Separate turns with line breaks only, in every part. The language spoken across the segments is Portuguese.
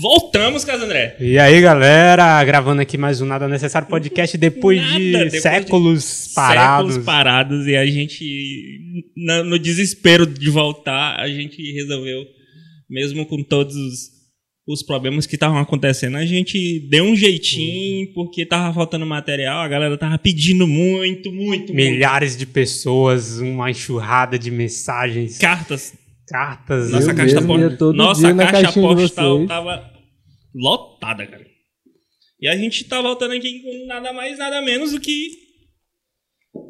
Voltamos, Caso André.
E aí, galera, gravando aqui mais um Nada Necessário podcast depois
Nada,
de
depois de
séculos parados.
Séculos parados e a gente, na- no desespero de voltar, a gente resolveu, mesmo com todos os, os problemas que estavam acontecendo, a gente deu um
Uhum.
jeitinho, porque tava faltando material, a galera tava pedindo muito, muito, muito.
Milhares de pessoas, uma enxurrada de mensagens,
Cartas.
cartas.
Nossa
Eu-
caixa,
mesmo
po-
ia todo
nossa
dia na
caixa
caixinha de
postal
vocês.
tava lotada, cara. E a gente tá voltando aqui com nada mais, nada menos do que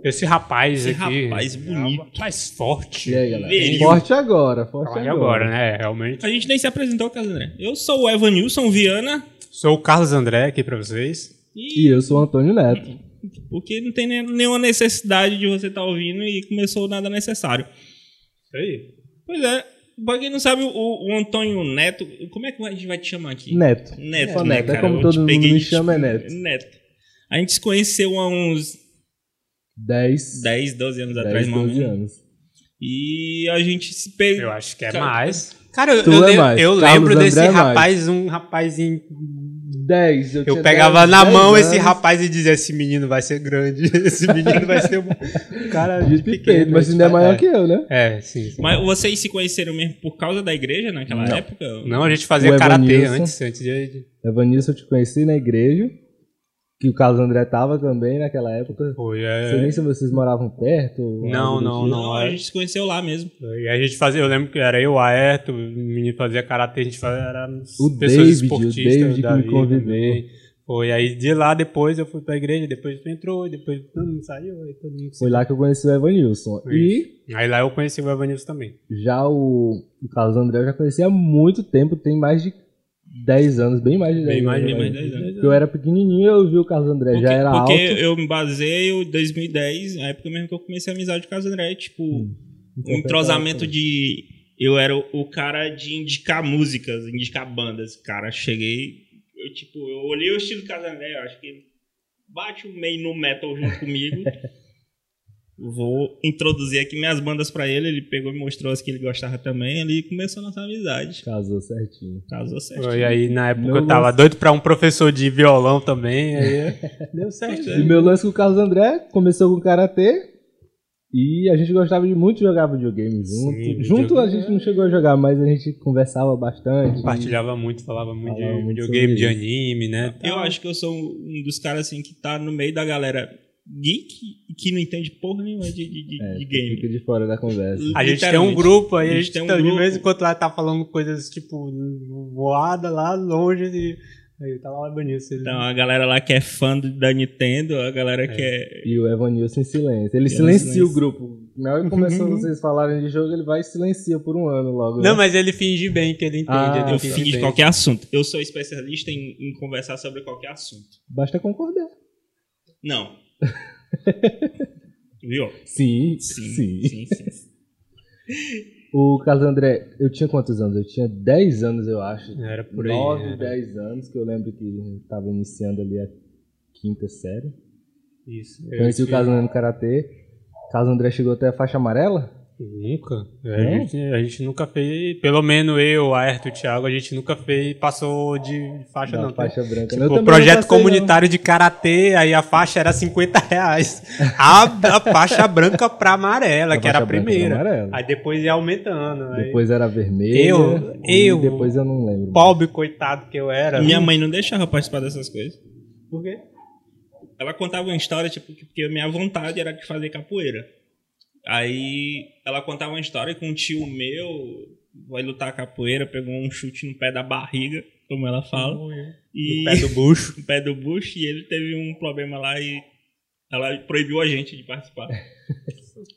Esse rapaz
Esse
aqui.
rapaz bonito.
é um Rapaz forte.
E aí, é, galera?
Veio.
Forte agora, forte
Olha
agora.
agora, né? Realmente.
A gente nem se apresentou, Caso André. Eu sou o Evanilson Viana
Sou o Carlos André aqui pra vocês.
e
E eu sou o Antônio Neto.
porque não tem nem- nenhuma necessidade de você estar ouvindo e começou o nada necessário.
Isso aí.
Pois é, pra quem não sabe, o, o Antônio Neto, como é que a gente vai te chamar aqui?
Neto.
Neto,
Só
né,
Neto,
cara?
é como
Eu te
todo
peguei
mundo
de-
me chama, é Neto.
Neto. A gente se conheceu há uns
10,
10, 12 anos
10,
atrás,
12
mano.
anos.
E a gente se pegou.
Eu acho que é
Cara,
mais. Cara, eu,
Tu
eu
é
lem-
mais.
eu
Carlos
lembro
André
desse
é mais.
rapaz, um rapaz em.
10, eu,
Eu
tinha
pegava
10,
na
10
mão
anos,
esse rapaz e dizia: Esse menino vai ser grande, esse menino vai ser. um Cara,
De pequeno, mas ainda é maior que eu, né?
É, sim. sim.
Mas vocês se conheceram mesmo por causa da igreja naquela época?
Não, a gente fazia
O
karatê
Evanilson.
antes, antes de.
Evanilson, eu te conheci na igreja, que o Carlos André tava também naquela época.
Foi,
Não sei
é.
nem se vocês moravam perto. ou
Não,
algo do
não,
tipo.
Não, a gente se conheceu lá mesmo.
E a gente fazia, eu lembro que era eu, Aerto, o menino fazia karatê, a gente fazia, era
O David, o David que me
Davi
convidou.
também. Foi, aí de lá depois eu fui pra igreja, depois tu entrou, depois todo mundo saiu, aí todo mundo
Foi lá que eu conheci o Evanilson. E
Aí lá eu conheci o Evanilson também.
Já o, o Carlos André eu já conhecia há muito tempo, tem mais de 10 anos, bem mais de 10
Bem
anos.
mais,
bem
eu
mais de
acho.
10 anos.
Eu era pequenininho eu vi o Carlos André, já era
porque um
alto.
eu me baseio em 2010, na época mesmo que eu comecei a amizade com o André, tipo,
Hum, então
um
né?
entrosamento de. Eu era o- o cara de indicar músicas, indicar bandas. Cara, cheguei. Eu, tipo, eu olhei o estilo do Casa André, eu acho que bate o meio no metal junto comigo. Vou introduzir aqui minhas bandas pra ele. Ele pegou e mostrou as que ele gostava também. Ele começou a nossa amizade.
Casou certinho.
Casou certo.
Foi, aí na época
Meu
eu tava doido pra um professor de violão também, aí é,
Deu certo.
hein?
E meu lance com o Carlos André começou com karatê. E a gente gostava de muito jogar videogame junto.
Sim,
junto a
é
videogame.
gente não chegou a jogar, mas a gente conversava bastante.
compartilhava muito, falava muito
Falava
de
muito
videogame,
sobre
de
isso.
anime, né?
Eu acho que eu sou um dos caras assim que tá no meio da galera geek e que não entende porra nenhuma de, de, de-
É,
de game.
Fica de fora da conversa.
A gente tem um grupo, aí a gente, tem
um
de
grupo.
vez em quando lá tá falando coisas tipo voada lá longe e aí tá lá bonito.
Então, a galera lá que é fã do- da Nintendo, a galera que é.
E o Evanilson em silêncio. Ele
Eu
silencia
silencio.
o grupo. Na hora que começou vocês falarem de jogo, ele vai e silencia por um ano logo. né?
Não, mas ele finge bem que ele entende.
Ah,
ele
Eu
finge
fingo de
bem.
qualquer assunto. Eu sou especialista em, em conversar sobre qualquer assunto.
Basta concordar.
Não. Viu?
Sim, sim.
Sim. Sim, sim.
O Carlos André, eu tinha quantos anos? Eu tinha 10 anos, eu acho.
Era por aí. né?
9,
era.
10 anos, que eu lembro que eu tava iniciando ali a quinta série.
Isso. Eu um-
Conheci o
tinha-
Carlos André no Karatê. O Carlos André chegou até a faixa amarela?
Nunca. A
Não?
gente, a gente nunca fez. Pelo menos eu, Ayrton e o Thiago, a gente nunca fez. Passou de faixa,
Da
não.
faixa branca. Eu também
Tipo,
não
projeto
passei,
comunitário de karatê, aí a faixa era 50 reais. A, a faixa branca pra amarela,
não.
que era a
faixa branca, era
primeira.
amarela.
Aí depois ia aumentando. né? Aí,
Depois era vermelha.
Eu-
e
eu-
Depois eu não lembro.
Pobre, coitado que eu era.
Minha mãe não deixava participar dessas coisas.
Por quê?
ela contava uma história, tipo, que porque a minha vontade era de fazer capoeira. Aí ela contava uma história que um tio meu vai lutar capoeira, pegou um chute no pé da barriga, como ela fala,
Do
e
pé do bucho.
no pé do bucho, e ele teve um problema lá e ela proibiu a gente de participar.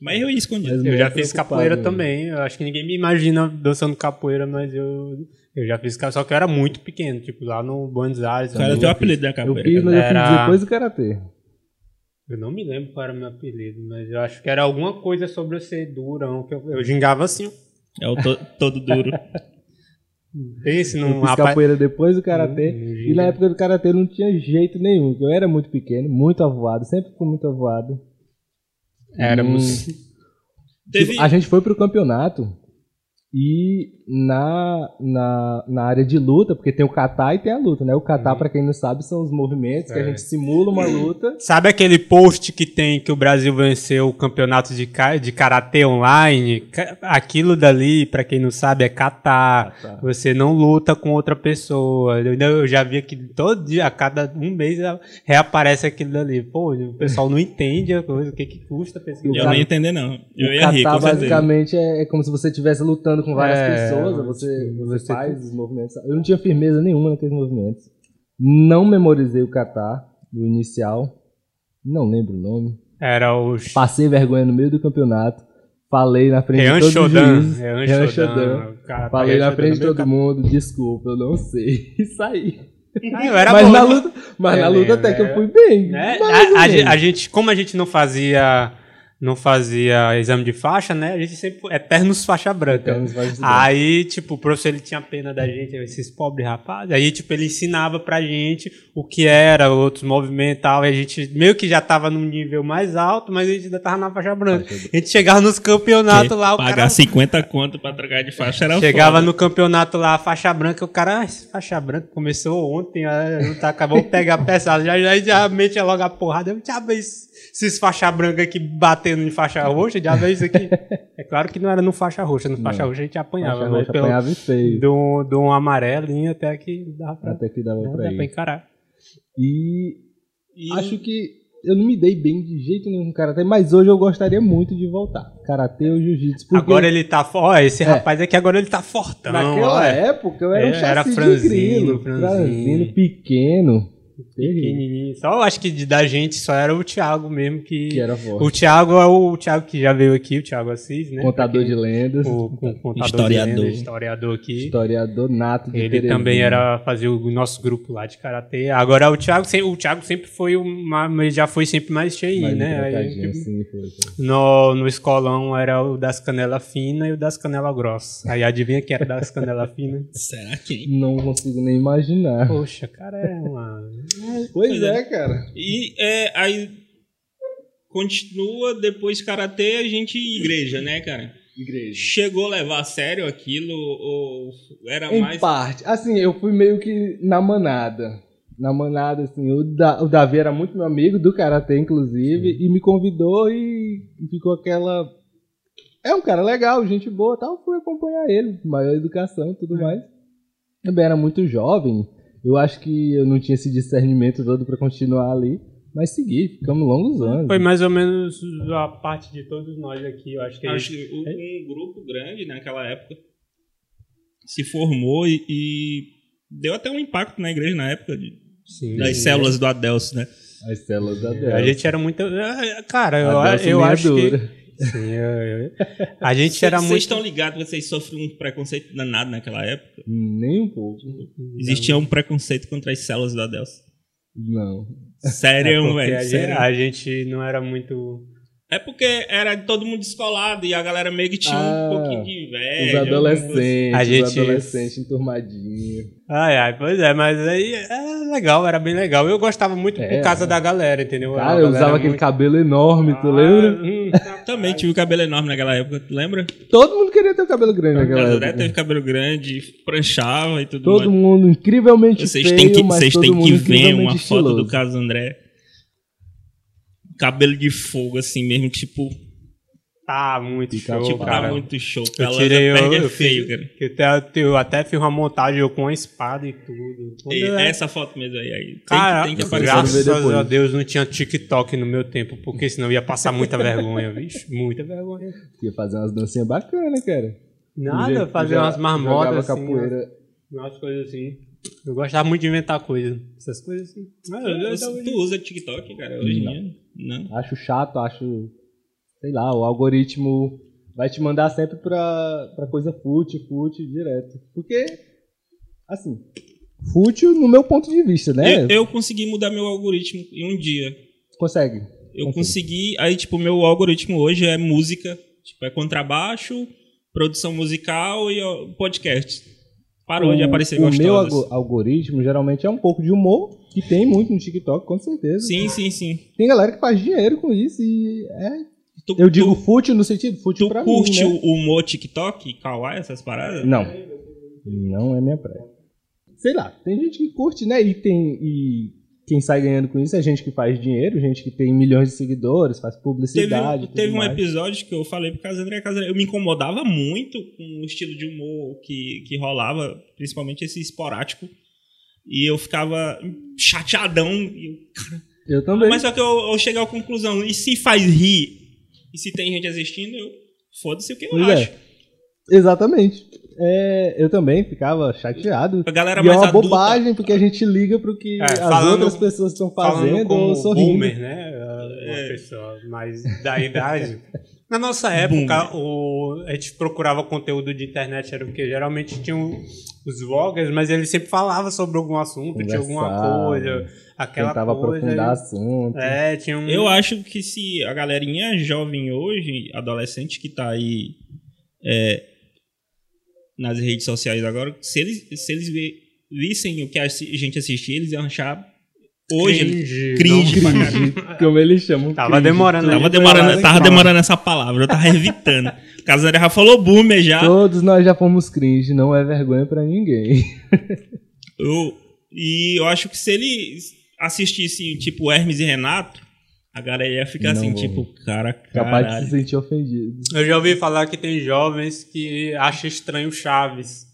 Mas eu ia escondido.
Mas
Eu
meio
já fiz
preocupado,
capoeira
né?
também. Eu acho que ninguém me imagina dançando capoeira, mas eu, eu já fiz capoeira. Só que eu era muito pequeno, tipo, lá no Buenos Aires. né?
O cara
eu né?
tem o
não-
apelido da
Eu
capoeira.
fiz, mas eu
Era-
fiz depois do Karatê.
Eu não me lembro qual era o meu apelido, mas eu acho que era alguma coisa sobre eu ser durão. Que eu, eu gingava assim.
É o to- todo duro.
Pense
Eu
num
fiz
rapaz.
capoeira depois do karatê.
Hum,
e na época do karatê não tinha jeito nenhum. que Eu era muito pequeno, muito avoado, sempre fui muito avoado.
Éramos.
Teve,
A gente foi pro campeonato e na, na, na área de luta, porque tem o kata e tem a luta, né? O kata,
Uhum.
pra quem não sabe, são os movimentos que a
É.
gente simula uma luta.
Sabe aquele post que tem que o Brasil venceu o campeonato de, ca- de karatê online? Ca- Aquilo dali, pra quem não sabe, é catar. Você não luta com outra pessoa. Eu, ainda- eu já vi que todo dia, a cada um mês, a- reaparece aquilo dali. Pô, o pessoal não entende a coisa, o que, que custa pesquisar.
o
eu não
cara-
ia entender, não. Eu
o
ia rir,
kata
com certeza.
basicamente é, é como se você estivesse lutando com várias
É,
pessoas, você,
tipo,
você
você-
faz os movimentos. Eu não tinha firmeza nenhuma naqueles movimentos. Não memorizei o kata do inicial. Não lembro o nome.
Era o Sh-
Passei vergonha no meio do campeonato. Falei na frente
Rean
de todos os
Shodan.
juízes.
Rean
Rean Shodan.
Shodan. o cara-
Falei
Rean
na
Shodan
frente de
no meio
todo mundo, desculpa, eu não sei. E saí.
Ah, eu era
mas
bom,
na
né?
luta, mas
Eu
na luta
lembro,
até que eu
né?
fui bem.
né?
mais ou
A, a ge-
menos.
a gente, como a gente não fazia, não fazia exame de faixa, né? A gente sempre foi eternos faixa branca.
Então, mas-
Aí, tipo, o professor ele tinha pena da gente, esses pobres rapazes. Aí, tipo, ele ensinava pra gente o que era, outros movimentos e tal. E a gente meio que já tava num nível mais alto, mas a gente ainda tava na faixa branca. A gente chegava nos campeonatos lá, o
Pagar
cara
50 conto pra trocar de faixa era
Chegava
foda.
no campeonato lá, faixa branca, o cara, "Ah, esse faixa branca começou ontem, ah, não tá, acabou de pegar pesado, já, já, já mete logo a porrada. Eu já vi esses esses faixa branca aqui batendo em faixa roxa, já vi isso aqui. É claro que não era no faixa roxa, no faixa roxa a gente apanhava,
Apanhava,
mas pelo,
apanhava e feio.
do, do um amarelinho até que dava pra,
Até que dava
dava
pra
pra
ir.
encarar.
E
E-
Acho que eu não me dei bem de jeito nenhum com karatê, mas hoje eu gostaria muito de voltar. Karatê ou jiu-jitsu. Porque
Agora ele tá, fo- ó, esse
É.
rapaz aqui agora ele tá fortão, ó,
naquela
é.
época eu era um
É,
chassi
era
de
franzino,
grilo,
franzino.
franzino, pequeno, terrível,
pequenininho. Só eu acho que de- da gente só era o Thiago mesmo
que era forte.
O Thiago é o Thiago que já veio aqui, o Thiago Assis, né?
Contador de
Pra
lendas,
quem- o, o contador
Historiador.
de lendas, historiador aqui.
historiador nato de né?
Ele
Teresina.
também era fazer o nosso grupo lá de karatê. Agora o Thiago, sem- o Thiago sempre foi uma, mas já foi sempre mais cheio,
Mas
né? Aí,
engraçadinho,
tipo,
assim, foi, foi.
no, no escolão era o das canela fina e o das canela grossa. Aí adivinha quem era das canela fina?
Será que...
Não consigo nem imaginar.
Poxa, cara, é uma
Pois é, cara.
E é, aí... Continua, depois Karatê, a gente igreja, né, cara?
Igreja.
Chegou a levar a sério aquilo ou era
Em
mais...
parte. Assim, eu fui meio que na manada. Na manada, assim, o, da, o Davi era muito meu amigo, do Karatê, inclusive, e me convidou e ficou aquela. É um cara legal, gente boa tal. Fui acompanhar ele, maior educação e tudo
É.
mais. Também era muito jovem. Eu acho que eu não tinha esse discernimento todo pra continuar ali. Mas segui, ficamos longos anos.
Foi mais ou menos a parte de todos nós aqui, eu acho que é a
Acho
gente-
que o- um grupo grande naquela época se formou e, e deu até um impacto na igreja na época de-
Sim.
das células do Adelso, né?
As células da
É, A
Débora.
gente era muito. Ah, Cara, eu,
Adelson
eu
meia
acho
dura.
que. Sim, eu- eu- a gente era
Vocês
muito.
estão ligados que vocês sofrem um preconceito danado naquela época?
Nem um pouco.
Existia um preconceito contra as células do Adelso.
Não.
Sério,
né, É porque
velho.
a gente-
sério.
A gente não era muito.
É porque era todo mundo descolado e a galera meio que tinha
Ah,
um pouquinho de inveja.
É,
Os
um
alguma coisa. assim.
adolescentes,
A gente-
os adolescentes enturmadinhos.
Ai, ai, pois é, mas aí era legal, era bem legal. Eu gostava muito
É,
por causa da galera, entendeu? A
Cara, eu
galera é
usava aquele
muito-
cabelo enorme, tu lembra?
Ah, hum,
Também tive o cabelo enorme naquela época, tu lembra?
Todo mundo queria ter o cabelo grande naquela
Nazaré
é
época.
teve cabelo grande, pranchava e tudo
Todo
mais.
mundo incrivelmente
Vocês
feio,
têm que,
mas
vocês
todo
têm
mundo
que ver
incrivelmente
uma
estiloso.
foto do caso André. Cabelo de fogo, assim mesmo, tipo,
Tá muito
Fica-
show,
tipo
cara.
tá muito show.
Eu
Ela
tirei, eu,
perde é
eu,
feio,
fiz-
cara.
que eu até, eu até fiz uma montagem eu com a espada e tudo. Quando
E
eu era-
essa foto mesmo aí. aí. Tem, que-
Cara,
tem que aparecer.
ver
graças
depois.
a Deus não tinha TikTok no meu tempo, porque senão eu ia passar muita vergonha, bicho. Muita vergonha.
Queria fazer umas dancinhas bacanas, né, cara. Do jeito
Nada,
que
fazer
joga-
umas marmotas
jogava
assim,
capoeira.
umas umas coisas assim. Eu gostava muito de inventar coisas, essas coisas assim. Ah, eu- eu-
Você- Tu usa TikTok, cara, hoje em
Não.
dia? Não.
Acho chato, acho. Sei lá, o algoritmo vai te mandar sempre pra, pra coisa fútil, fútil, direto. Porque, assim, fútil no meu ponto de vista, né?
Eu, eu consegui mudar meu algoritmo em um dia.
Consegue.
Eu
Entendi.
consegui. Aí, tipo, meu algoritmo hoje é música. Tipo, é contrabaixo, produção musical e ó, podcast. Parou de aparecer
o meu
gostosas.
algo- algoritmo geralmente é um pouco de humor, que tem muito no TikTok, com certeza.
Sim, sim, sim.
Tem galera que faz dinheiro com isso e é.
Tu,
Eu digo
tu,
fútil no sentido fútil
tu
pra
curte
mim. né?
o humor TikTok, Kawaii, essas paradas?
Não. Não é minha praia. Sei lá, tem gente que curte, né? E tem. E quem sai ganhando com isso é gente que faz dinheiro, gente que tem milhões de seguidores, faz
Teve,
publicidade. tudo
teve um
mais.
episódio que eu falei pro Casandré, Casandré, eu me incomodava muito com o estilo de humor que, que rolava, principalmente esse esporádico. E eu ficava chateadão. e eu-
Eu também.
Mas só que eu, eu cheguei à conclusão, e se faz rir? E se tem gente assistindo, eu foda-se o que eu
Pois é.
acho.
Exatamente. É, eu também ficava chateado.
A galera
e é
mais
uma
adulta.
bobagem, porque a gente liga pro que
É,
as
falando-
outras pessoas estão
falando
fazendo
como
ou sorrindo.
boomer, né? Uma
É.
pessoa mais da idade. Na nossa época, o- a gente procurava conteúdo de internet, era o que geralmente tinham os vloggers, mas ele sempre falava sobre algum assunto, tinha alguma
Conversava,
coisa, aquela
Tentava
coisa.
aprofundar assunto.
É, tinha um.
Eu acho que se a galerinha jovem hoje, adolescente que tá aí é, nas redes sociais agora, se eles, se eles vi- vissem o que a si- gente assistia, eles iam achar hoje cringe,
não-
pra caralho.
Como eles
tipo,
chamam.
né? Tava
cringe.
demorando. né?
Tava demorando,
Fala,
tava
fala.
demorando essa palavra, eu tava evitando. O Casanera já falou boomer
né?
já.
Todos nós já fomos cringe, não é vergonha pra ninguém.
Eu- e eu acho que se eles assistissem, tipo, Hermes e Renato, a galera ia ficar
Não
assim,
vou.
tipo, cara,
Capaz de
caralho.
se sentir ofendido.
Eu já ouvi falar que tem jovens que acham estranho o Chaves.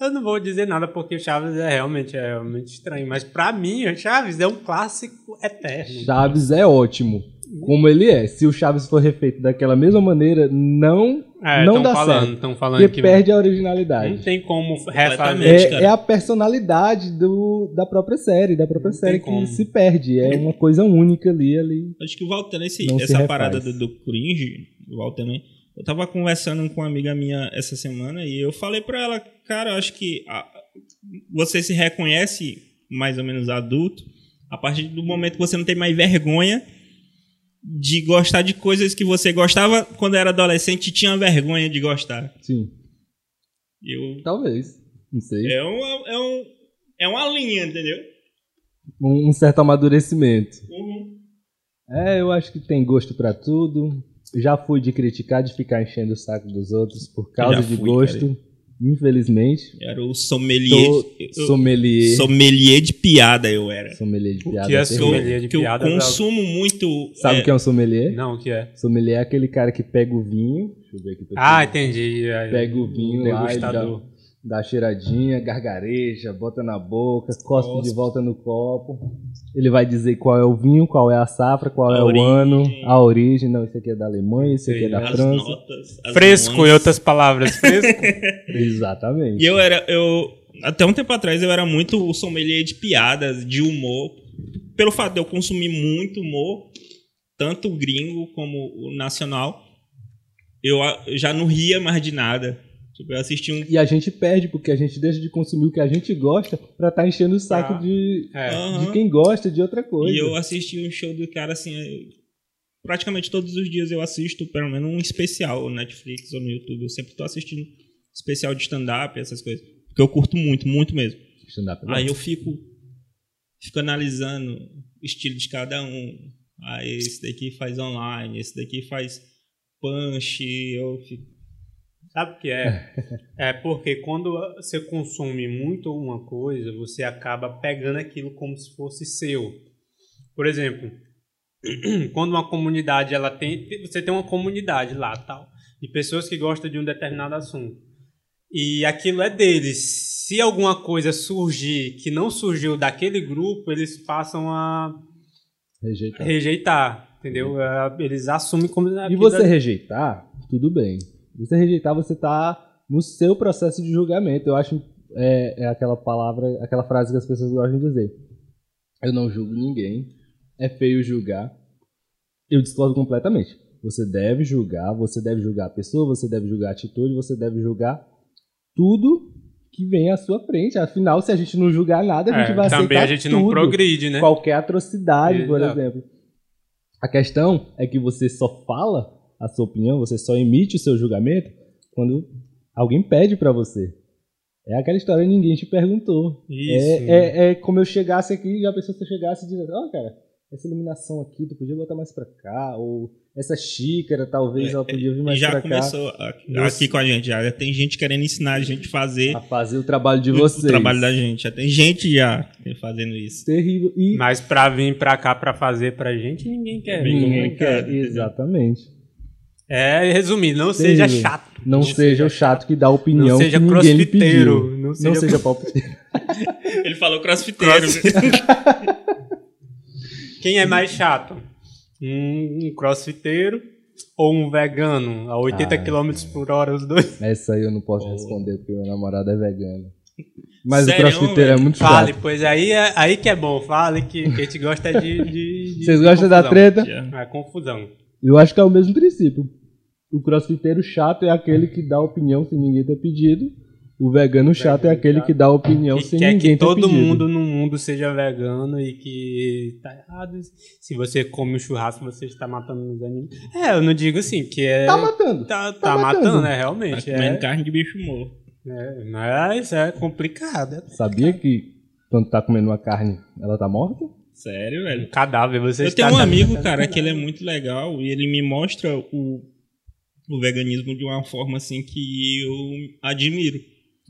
Eu não vou dizer nada porque o Chaves é realmente, é realmente estranho, mas pra mim o Chaves é um clássico eterno.
Chaves é ótimo. Como ele é. Se o Chaves for refeito daquela mesma maneira, não,
É,
não
tão
dá
falando,
certo.
estão
Porque
falando que Hum,
perde a
não
originalidade.
tem como
Completamente.
refazer.
Exatamente,
É,
cara.
é a personalidade do, da própria série, da própria
Não
série
tem
que
como.
se perde. É uma coisa única ali, ali.
Acho que voltando a esse,
Não se
essa
refaz.
parada do, do cringe, voltando aí, eu tava conversando com uma amiga minha essa semana e eu falei pra ela, cara, eu acho que a- você se reconhece mais ou menos adulto a partir do momento que você não tem mais vergonha de gostar de coisas que você gostava quando era adolescente e tinha vergonha de gostar.
Sim,
Eu,
talvez. Não sei.
é, uma, é, um, é uma linha, entendeu?
Um, um certo amadurecimento.
Uhum.
É, eu acho que tem gosto pra tudo. Já fui de criticar, de ficar enchendo o saco dos outros por causa
Já
de
fui,
gosto. Infelizmente.
Era o sommelier,
Tô
eu-
sommelier.
sommelier de piada eu era.
Sommelier de
O
piada.
que é
é terrível.
sommelier de
que eu
piada?
consumo muito.
Sabe o
é,
que é um sommelier?
Não, o que é?
Sommelier é aquele cara que pega o vinho. Deixa eu ver aqui. pra
Ah,
você.
entendi. É,
Pega o vinho lá,
degustador.
Dá a cheiradinha, gargareja, bota na boca, cospe
Cospe.
de volta no copo. Ele vai dizer qual é o vinho, qual é a safra, qual
A
é
origem.
o ano, a origem. Não, esse aqui é da Alemanha, esse aqui é
Sei,
da
as
França.
notas. as
Fresco,
nuances.
em outras palavras, fresco.
Exatamente.
E eu era. Eu, até um tempo atrás eu era muito o sommelier de piadas, de humor. Pelo fato de eu consumir muito humor, tanto o gringo como o nacional, eu, a- eu já não ria mais de nada. Tipo, eu assisti um.
E a gente perde, porque a gente deixa de consumir o que a gente gosta pra estar enchendo o saco
Ah,
de,
É.
Aham.
de quem gosta de outra coisa.
E eu assisti um show do cara assim. eu- praticamente todos os dias eu assisto pelo menos um especial no Netflix ou no YouTube. Eu sempre tô assistindo especial de stand-up, essas coisas. Porque eu curto muito, muito mesmo.
Stand-up é bom.
Aí eu fico, fico analisando o estilo de cada um. Aí esse daqui faz online, esse daqui faz punch. Eu fico.
Sabe o que é? É porque quando você consome muito uma coisa, você acaba pegando aquilo como se fosse seu. Por exemplo, quando uma comunidade ela tem, você tem uma comunidade lá, tal, de pessoas que gostam de um determinado assunto. E aquilo é deles. Se alguma coisa surgir que não surgiu daquele grupo, eles passam a
Rejeitar.
rejeitar, entendeu? É, Eles assumem como
E você rejeitar, tudo bem. Você rejeitar, você tá no seu processo de julgamento. Eu acho é, é aquela palavra, aquela frase que as pessoas gostam de dizer. Eu não julgo ninguém. É feio julgar. Eu discordo completamente. Você deve julgar, você deve julgar a pessoa, você deve julgar a atitude, você deve julgar tudo que vem à sua frente. Afinal, se a gente não julgar nada, a gente
É,
vai aceitar
também a gente não
tudo
progride, né?
qualquer atrocidade, por
Exato.
exemplo. A questão é que você só fala a sua opinião, você só emite o seu julgamento quando alguém pede pra você. É aquela história, ninguém te perguntou.
Isso.
É, é, é como eu chegasse aqui e a pessoa se eu chegasse e dizia, ó, cara, essa iluminação aqui, tu podia botar mais pra cá, ou essa xícara, talvez ela podia vir mais
É, já
pra
começou aqui, aqui com a gente. Já tem gente querendo ensinar a gente a fazer
cá. A fazer o trabalho de
o-
vocês.
o trabalho da gente. Já tem gente já fazendo isso.
Terrível. E
Mas pra vir pra cá pra fazer pra gente, ninguém quer.
Ninguém
ninguém
quer,
quer.
entendeu?
Exatamente.
É, resumindo, não
Terrível.
seja chato.
Não, seja o chato que dá opinião
Não seja
que ninguém lhe pediu.
crossfiteiro. Não seja,
Não seja palpiteiro.
Ele falou crossfiteiro.
Quem é mais chato? Um, um crossfiteiro ou um vegano? A 80
Ah,
km por hora os dois.
Essa aí eu não posso responder porque meu namorado é vegano. Mas
Sério,
o crossfiteiro é
velho?
muito chato.
Fale, pois aí, é- aí que é bom. Fale que, que a gente gosta de. de- de
Vocês gostam da
confusão.
treta?
já.
É confusão.
Eu acho que é o mesmo princípio. O crossfiteiro chato é aquele que dá opinião sem ninguém ter pedido. O vegano chato é aquele que dá opinião
que
É um sem
quer
ninguém
que
ter pedido.
todo mundo no mundo seja vegano e que tá errado. Se você come um churrasco, você está matando os animais. É, eu não digo assim, que é.
tá matando.
tá- tá
tá matando.
matando, né?
Tá
Realmente.
comendo
É,
carne de bicho morto.
é, mas é complicado. é
Sabia que quando tá comendo uma carne, ela tá morta?
Sério, velho.
Um cadáver, você
Eu
está né?
tenho um
na-
amigo, cara, que ele é muito legal e ele me mostra o, o veganismo de uma forma assim que eu admiro.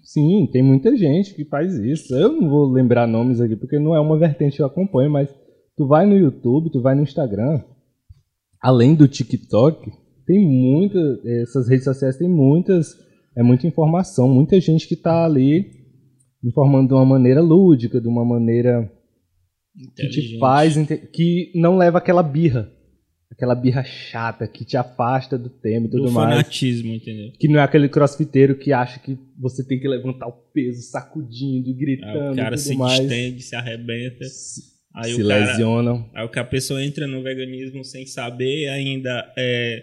Sim, tem muita gente que faz isso. Eu não vou lembrar nomes aqui porque não é uma vertente que eu acompanho, mas tu vai no YouTube, tu vai no Instagram, além do TikTok, tem muitas essas redes sociais tem muitas, é muita informação, muita gente que tá ali informando de uma maneira lúdica, de uma maneira que te
Inteligente.
faz ente- que não leva aquela birra, aquela birra chata que te afasta do tema e
do
tudo mais.
fanatismo, entendeu?
Que não é aquele crossfiteiro que acha que você tem que levantar o peso sacudindo e
Aí
gritando
É, o
e
cara
tudo
se
mais.
distende, se arrebenta.
Se,
Aí
se
o cara,
lesionam.
Aí o que a pessoa entra no veganismo sem saber ainda é,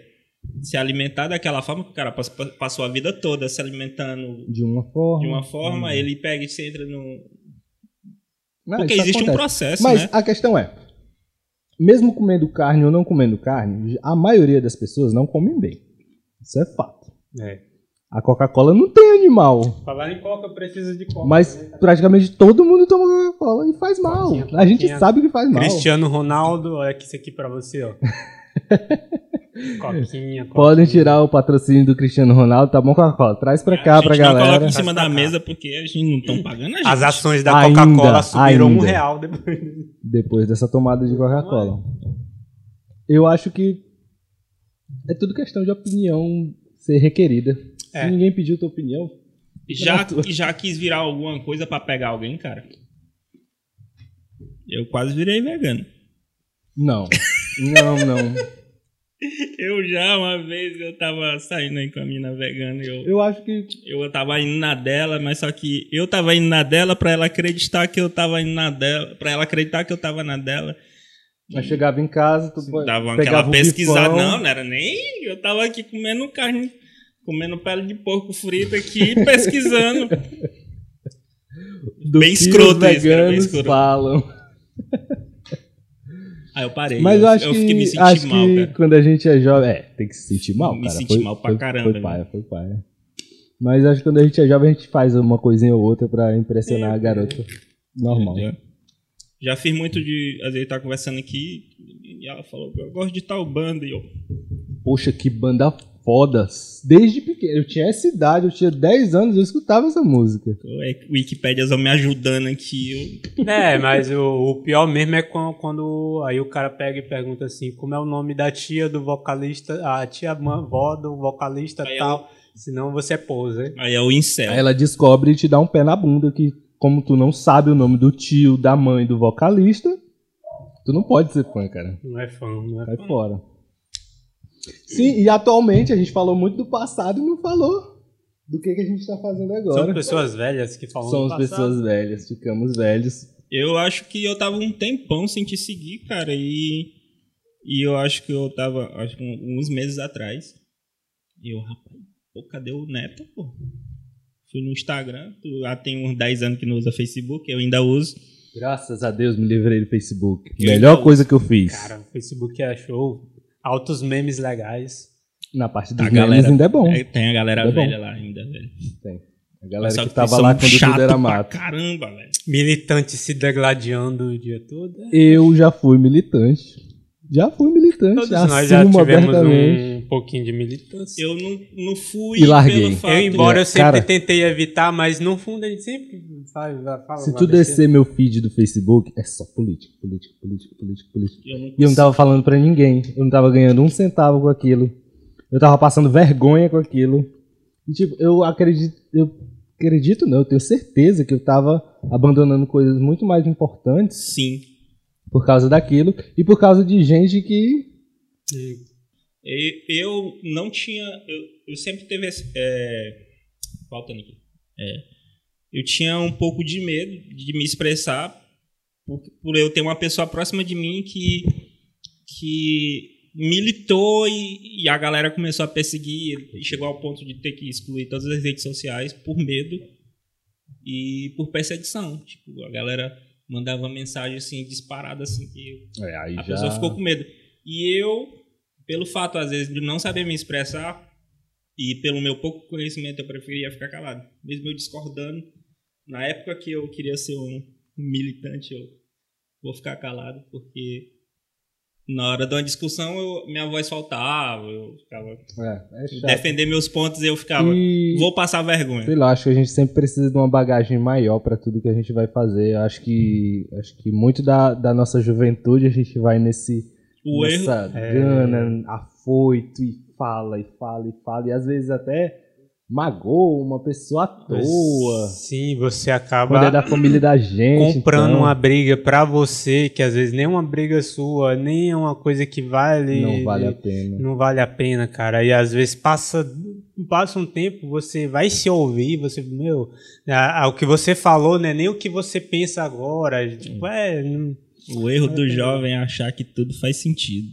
se alimentar daquela forma que o cara pas- passou a vida toda se alimentando
De uma forma.
de uma forma, ele pega e se entra no.
Não,
Porque
isso
existe um
acontece.
processo,
Mas
né?
a questão é, mesmo comendo carne ou não comendo carne, a maioria das pessoas não comem bem. Isso é fato.
É.
A Coca-Cola não tem animal.
Falar em coca, eu preciso de coca.
Mas
né?
praticamente todo mundo toma Coca-Cola e faz mal.
Coquinha,
A gente
coquinha.
sabe que faz mal.
Cristiano Ronaldo, olha que isso aqui pra você, ó. coquinha, coquinha.
Podem tirar o patrocínio do Cristiano Ronaldo, tá bom, Coca-Cola? Traz pra
a
cá,
gente
pra
não
galera.
coloca em cima
Faz
da
pra cá.
mesa porque a gente não estão pagando a gente.
As ações da
Ainda,
Coca-Cola subiram um
ainda.
real depois.
depois dessa tomada de Coca-Cola. Eu acho que é tudo questão de opinião ser requerida.
É.
Se ninguém pediu tua opinião,
Já, já quis virar alguma coisa pra pegar alguém, cara? Eu quase virei vegano.
não. Não, não.
Eu já, uma vez, eu tava saindo aí com a mina vegana e eu
Eu acho que
Eu tava indo na dela, mas só que eu tava indo na dela pra ela acreditar que eu tava indo na dela, para ela acreditar que eu tava na dela.
eu chegava em casa, tu
Dava
pegava
aquela
um
pesquisada,
bifão.
não, não era nem, eu tava aqui comendo carne, comendo pele de porco frita aqui, pesquisando.
do
Bem
que os
escroto isso, cara, bem
veganos
escroto.
falam.
Aí eu parei.
Mas eu acho
eu
que,
fiquei me sentindo
acho
mal,
que
cara.
quando a gente é jovem, é, tem que se sentir mal,
Me
cara.
senti mal pra caramba,
Foi
né?
paia, foi paia. Mas acho que quando a gente é jovem, a gente faz uma coisinha ou outra pra
É.
impressionar a garota. Normal.
Já, já fiz muito de. Às vezes tá conversando aqui e ela falou, eu gosto de tal banda. E eu,
Poxa, que banda foda. Desde pequeno. Eu tinha essa idade, eu tinha 10 anos, eu escutava essa música.
é, Wikipédia só me ajudando aqui. Eu,
É, mas o, o pior mesmo é quando, quando aí o cara pega e pergunta assim, como é o nome da tia do vocalista, a tia mãe, vó do vocalista
Aí
tal, senão você é pose.
aí é o incel.
Aí ela descobre e te dá um pé na bunda que, como tu não sabe o nome do tio, da mãe, do vocalista, tu não pode ser fã, cara.
Não é fã, não é
Vai fora. Sim, e atualmente a gente falou muito do passado e não falou do que, que a gente tá fazendo
São
agora.
pessoas velhas que falam
Somos
do passado.
pessoas velhas, ficamos velhos.
Eu acho que eu tava um tempão sem te seguir, cara, e, e eu acho que eu tava acho que um- uns meses atrás. E eu, rapaz, pô, cadê o Neto, pô? Fui no Instagram, tu lá tem uns 10 anos que não usa Facebook, eu ainda uso.
Graças a Deus me livrei do Facebook.
Eu
Melhor
então-
coisa que eu fiz.
Cara, o Facebook é show, altos memes legais.
na parte
Tá,
dos memes
galera.
ainda é bom.
É, tem a galera
Tá bom.
velha lá ainda, velho.
Tem. A galera
Só
que
que
tava
são
lá quando
chato
tudo era
pra
mato.
Caramba, velho.
Militante se degladiando o dia todo.
Eu já fui militante. Já fui militante.
Todos
assumo
nós já tivemos
abertamente.
um pouquinho de militância.
Eu não, não fui
E larguei.
pelo
Eu,
fato.
Eu, embora
É,
eu sempre
cara.
tentei evitar, mas no fundo a gente sempre fala, fala
Se
uma
tu
besteira.
descer meu feed do Facebook, é só política, política, política, política, política.
Eu não
E eu não tava falando pra ninguém. Eu não tava ganhando um centavo com aquilo. Eu tava passando vergonha com aquilo. E, tipo, eu acredito. Eu acredito não, eu tenho certeza que eu tava abandonando coisas muito mais importantes
Sim.
por causa daquilo e por causa de gente que.
Eu, eu não tinha. Eu, eu sempre teve esse. É, faltando aqui. É. eu tinha um pouco de medo de me expressar por, por eu ter uma pessoa próxima de mim que, que militou e, e a galera começou a perseguir e chegou ao ponto de ter que excluir todas as redes sociais por medo e por perseguição. Tipo, a galera mandava mensagem assim disparada assim que eu
É, aí
a pessoa ficou com medo. E eu, pelo fato, às vezes, de não saber me expressar e pelo meu pouco conhecimento, eu preferia ficar calado. Mesmo eu discordando, na época que eu queria ser um militante, eu vou ficar calado, porque na hora de uma discussão eu- minha voz faltava, eu ficava.
É, é chato.
Defender meus pontos eu ficava.
E-
Vou passar vergonha.
Sei lá, acho que a gente sempre precisa de uma bagagem maior pra tudo que a gente vai fazer. Eu Acho que acho que muito da, da nossa juventude a gente vai nesse
O erro.
nessa gana, afoito e fala e fala e fala e às vezes até magoa uma pessoa à toa.
Sim, você
Quando é
acaba
da família da gente,
comprando
então,
uma briga pra você, que às vezes nem é uma briga sua, nem é uma coisa que vale.
não vale a pena.
Não vale a pena, cara. E às vezes passa, passa um tempo, você vai se ouvir, você, meu, a- a- o que você falou não é nem o que você pensa agora. Tipo, é, não-
O erro do jovem é achar que tudo faz sentido.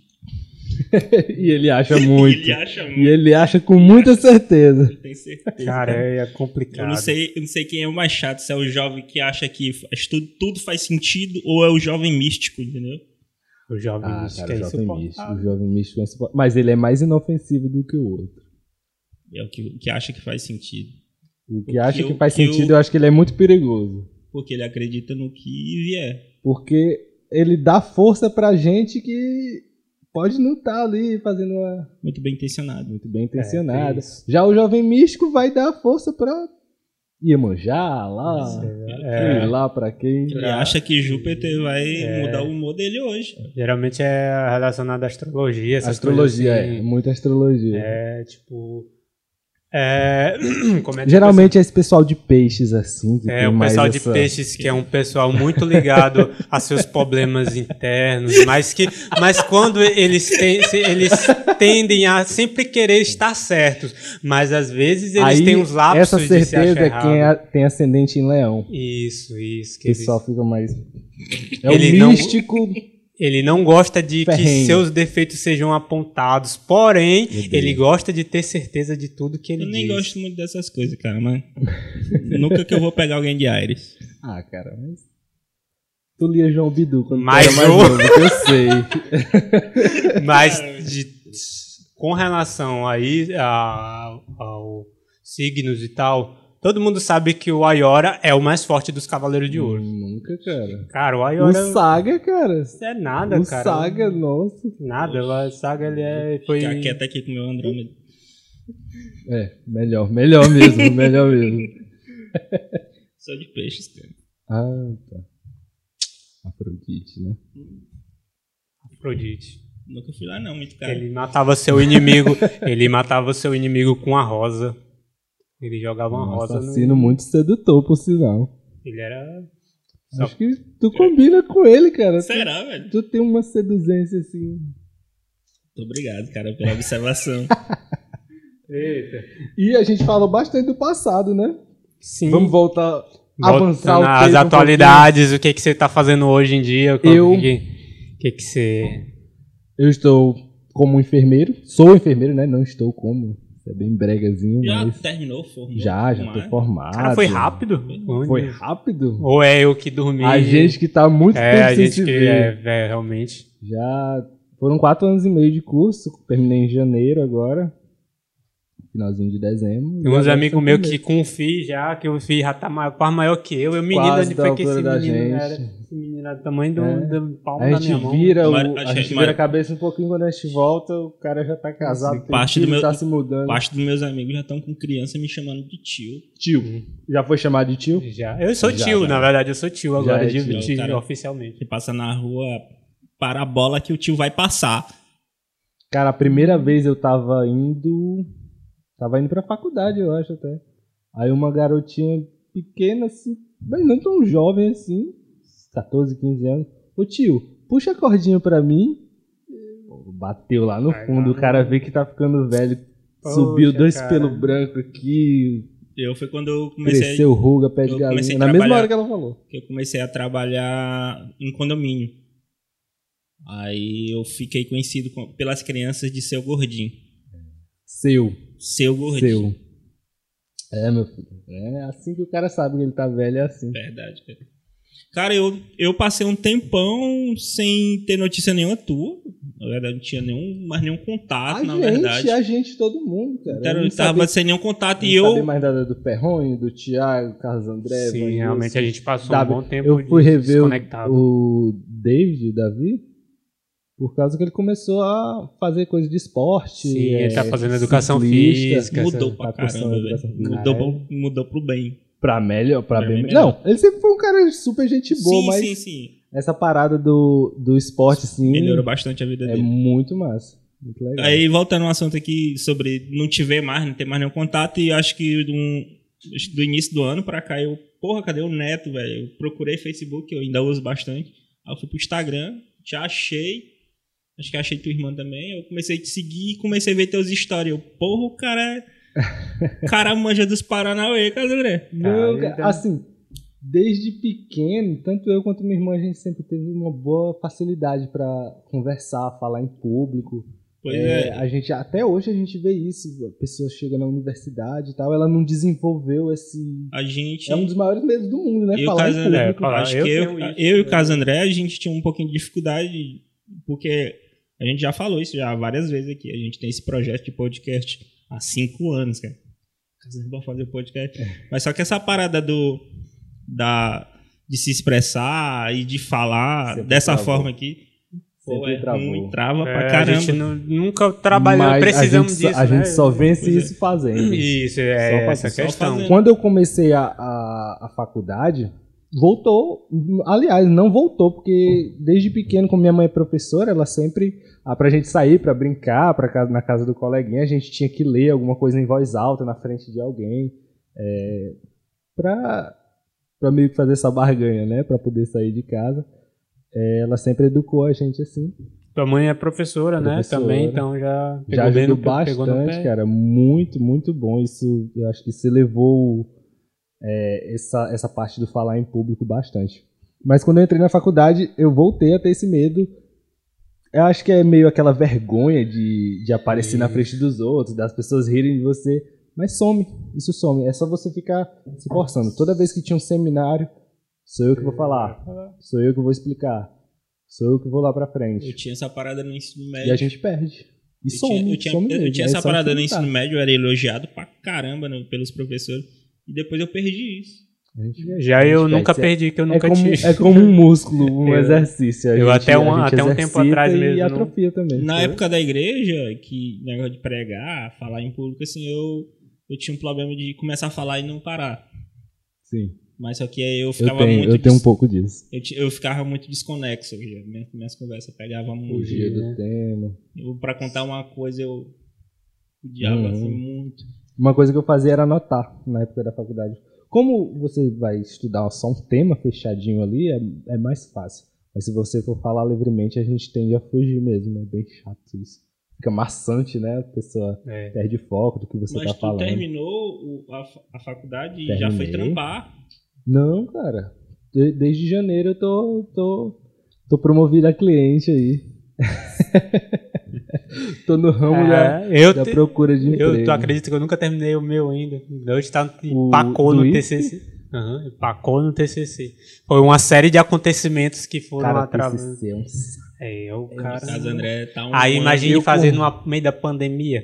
e ele acha muito.
Ele acha muito,
e ele acha com muita certeza.
tem certeza.
cara, é, é
Eu
complicado.
não, sei, eu não sei quem é o mais chato, se é o jovem que acha que faz tudo, tudo faz sentido ou é o jovem místico, entendeu?
O jovem
Ah,
místico
cara,
é
o jovem místico,
insuportável.
o jovem místico é insuportável. Mas ele é mais inofensivo do que o outro.
É o que, que acha que faz sentido.
O que acha
eu-
que faz
que eu-
sentido, eu acho que ele é muito perigoso.
Porque ele acredita no que vier.
Porque ele dá força pra gente que pode não estar ali fazendo uma
Muito bem intencionado.
muito bem
É,
intencionada.
tem isso.
Já o jovem místico vai dar força pra Iemanjá, lá,
É.
sei lá pra quem.
Ele
Pra- É.
acha que Júpiter vai mudar o humor dele hoje.
Geralmente é relacionado à astrologia, essas
Astrologia,
coisas
é,
assim.
muita astrologia.
É, tipo. É, como é que
Geralmente é esse pessoal de peixes assim. Que
É,
tem
o
mais
pessoal de
essa-
peixes, que é um pessoal muito ligado a seus problemas internos, mas que mas quando eles, têm- se- eles tendem a sempre querer estar certos, mas às vezes eles
Aí,
têm uns lapsos
Essa
de se achar
certeza é quem
errado.
é- tem ascendente em leão.
Isso, isso. Que
Que
eles-
só fica mais. É o
Ele não-
místico.
Ele não gosta de que
Ferrenho.
seus defeitos sejam apontados, porém,
Meu Deus.
ele gosta de ter certeza de tudo que ele
Eu nem
diz.
gosto muito dessas coisas, cara, mas nunca que eu vou pegar alguém de Ares.
Ah, cara, mas. Tu lia João Bidu quando
Mais
tu era
um.
mais novo, que eu sei.
Mas de- com relação aí a, ao signos e tal, todo mundo sabe que o Ayora é o mais forte dos Cavaleiros de Ouro.
Nunca, cara.
Cara, o Ayora
O Saga, cara.
não é um- nada,
o
cara.
Saga, nossa.
Nada, o Saga ele é, foi...
Ficar quieto aqui com o meu Andrômeda.
É, melhor, melhor mesmo, melhor mesmo.
Só de peixes, cara.
Ah, tá. Afrodite, né?
Afrodite.
Nunca fui lá não, muito caro.
Ele matava seu inimigo, ele matava seu inimigo com a rosa. Ele jogava uma
Um
rosa no...
assassino muito sedutor, por sinal.
Ele era...
Acho que tu combina com ele, cara.
Será, velho?
Tu tem uma seduzência assim.
Muito obrigado, cara, pela observação.
Eita.
E a gente falou bastante do passado, né?
Sim.
Vamos voltar, avançar
Voltando
o
às
tempo um
atualidades, o que, que você está fazendo hoje em dia? qual-
Eu-
O que, que, que você.
Eu estou como enfermeiro. Sou enfermeiro, né? Não estou como. É bem bregazinho,
Já né?
mas.
terminou, formou?
Já, já
Mas-
tô formado.
Cara, foi rápido?
Foi rápido?
Ou é eu que dormi?
A gente que tá há muito
É,
tempo
a
sem
gente
se
que.
ver.
É, é, realmente.
Já foram quatro anos e meio de curso. Terminei em janeiro agora. finalzinho de dezembro.
Tem uns amigos meus que com o FI já, que o FI já tá maior, quase maior que eu. Eu, menino,
Quase
onde
da
foi que esse
altura da
menino
gente.
era? Esse menino era do tamanho do,
É.
do um palmo
A
da
gente
minha mão.
vira, o-
Mas-
a
mas-
gente
mas-
vira a cabeça um pouquinho quando a gente volta, o cara já tá casado, tem
Parte do
filho,
meu-
tá se mudando.
Parte dos meus amigos já estão com criança me chamando de tio.
Tio.
Hum.
Já foi chamado de tio?
Já. Eu sou
Já,
tio,
já.
na verdade, eu sou tio
Já
agora,
é
de,
tio,
de-
cara.
oficialmente.
Você passa na rua, para a bola que o tio vai passar.
Cara, a primeira vez eu tava indo. Tava indo pra faculdade, eu acho até. Aí uma garotinha pequena, assim, mas não tão jovem assim, 14, 15 anos. Ô tio, puxa a cordinha pra mim. Bateu lá no
Ai,
fundo, o
caramba.
cara vê que tá ficando velho.
Poxa,
subiu dois
cara.
pelos brancos aqui,
Eu foi quando eu comecei,
cresceu ruga, pé de
eu comecei
galinha.
a
Na mesma
trabalhar.
hora que ela falou.
que eu comecei a trabalhar em condomínio. Aí eu fiquei conhecido com- pelas crianças de seu gordinho.
Seu,
Seu gordinho.
seu. É, meu filho. É assim que o cara sabe que ele tá velho, é assim.
Verdade, cara. Cara, eu, eu passei um tempão sem ter notícia nenhuma tua. Na verdade, não tinha nenhum, mais nenhum contato,
A
na
gente,
verdade.
a gente, todo mundo, cara.
Então,
Eu
eu
não
tava
sabia-
sem nenhum contato
não
e eu.
sabia mais nada do Perrone, do Thiago, Carlos André.
Sim,
Van Gilson.
realmente a gente passou
Davi,
um bom tempo
Eu fui
de-
rever
desconectado.
o, o David, o Davi, por causa que ele começou a fazer coisa de esporte. é,
Sim, ele tá fazendo educação
ciclista.
física.
Mudou
essa-
pra
tá cursando
caramba, velho.
educação física.
Mudou, pro- mudou pro bem.
Pra melhor, pra,
Pra
bem
mim,
melhor.
melhor.
Não, ele sempre foi um cara super gente boa,
sim,
mas
sim, sim.
essa parada do, do esporte, assim,
Melhorou bastante a vida
é
dele.
muito massa. Muito legal.
Aí, voltando ao assunto aqui sobre não te ver mais, não ter mais nenhum contato, e acho que de um- acho que do início do ano pra cá eu, porra, cadê o Neto, velho? Eu procurei Facebook, eu ainda uso bastante. Aí eu fui pro Instagram, te achei, acho que achei tua irmã também. Eu comecei a te seguir e comecei a ver teus stories. Eu, porra, o cara é. o cara manja dos Paranauê, cadê o Neto?
Não,
Tá,
cara,
então-
assim, desde pequeno, tanto eu quanto minha irmã, a gente sempre teve uma boa facilidade pra conversar, falar em público.
Pois
É,
é.
a gente até hoje a gente vê isso, a pessoa chega na universidade e tal, ela não desenvolveu esse
A gente.
é um dos maiores medos do mundo, né?
Eu,
falar em
Caso André,
público.
cara.
acho
eu
que eu,
tenho isso,
eu e o
né?
Caso André, a gente tinha um pouquinho de dificuldade, porque a gente já falou isso já várias vezes aqui. A gente tem esse projeto de podcast há cinco anos, cara. Caso André vai fazer podcast.
É.
Mas só que essa parada do. Da, de se expressar e de falar
Sempre
dessa
travou.
forma aqui. Pô,
Sempre
é
travou.
ruim, trava
É,
pra
a
caramba.
gente nu- nunca trabalhou,
Mas
precisamos
a gente, só-
disso.
A
né?
gente só vence
Pois é.
isso fazendo.
Isso,
Só
é
faz-
essa
só
questão.
fazendo.
Quando eu comecei a, a, a faculdade, voltou. Aliás, não voltou, porque desde pequeno, como minha mãe é professora, ela sempre. Ah, pra gente sair, pra brincar, pra casa, na casa do coleguinha, a gente tinha que ler alguma coisa em voz alta na frente de alguém. É, pra, pra meio que fazer essa barganha, né? Pra poder sair de casa. É, ela sempre educou a gente assim.
Tua mãe é professora, né?
Professora.
Também, então já
Já
pegou bem
ajudou
no pé, pegou no
bastante,
pé.
cara. Muito, muito bom. Isso, eu acho que você levou é, essa, essa parte do falar em público bastante. Mas quando eu entrei na faculdade, eu voltei a ter esse medo. Eu acho que é meio aquela vergonha de, de aparecer na
Isso.
frente dos outros, das pessoas rirem de você. Mas some, isso some. É só você ficar se forçando. Toda vez que tinha um seminário, sou eu que vou falar, sou eu que vou explicar, sou eu que vou lá pra frente.
Eu tinha essa parada no ensino médio.
E a gente perde. E
É. eu,
some,
tinha, eu tinha-
some
eu
mesmo. É
tinha
Aí
essa
some
parada no
que não
ensino médio, eu era elogiado pra caramba né, pelos professores. E depois eu perdi isso.
tá. A gente-
Já eu
Gente,
nunca
é-
perdi, que eu
É
nunca
como,
tive.
é como um músculo, um
Eu-
exercício. A
eu
gente-
até um-
a gente
até um tempo
exercita
atrás
e
mesmo, não-
atrofia também.
Na
Foi.
época da igreja, que negócio de pregar, falar em público, assim, eu, eu tinha um problema de começar a falar e não parar.
Sim.
Mas só que aí eu
Eu
ficava
tenho,
muito.
eu tenho um
des-
pouco disso.
eu, ti- eu ficava muito desconexo. Minha, minhas conversas pegavam
O
muito.
dia
né?
do tema.
Eu, pra contar uma coisa, eu odiava
Uhum.
assim muito.
Uma coisa que eu fazia era anotar na época da faculdade. Como você vai estudar só um tema fechadinho ali, é, é mais fácil. Mas se você for falar livremente, a gente tende a fugir mesmo. É bem chato isso. Fica maçante, né? A pessoa
É.
perde o foco do que você
Mas
tá
tu
falando.
terminou o- a, fa- a faculdade e já foi
Terminei.
trampar.
Não, cara. De- desde janeiro eu tô, tô, tô promovido a cliente aí. tô no ramo da,
É, eu,
um da
te-
procura de emprego.
eu tu acredita que eu nunca terminei o meu ainda. Hoje tá
O
empacou
do
no
IP?
TCC. Aham, empacou no TCC. Foi uma série de acontecimentos que foram
Cara,
através.
TCC é um saco.
É, eu,
No
cara.
é
caso, André tá um.
Aí
ano-
imagine
eu
fazer
corro.
no meio da pandemia.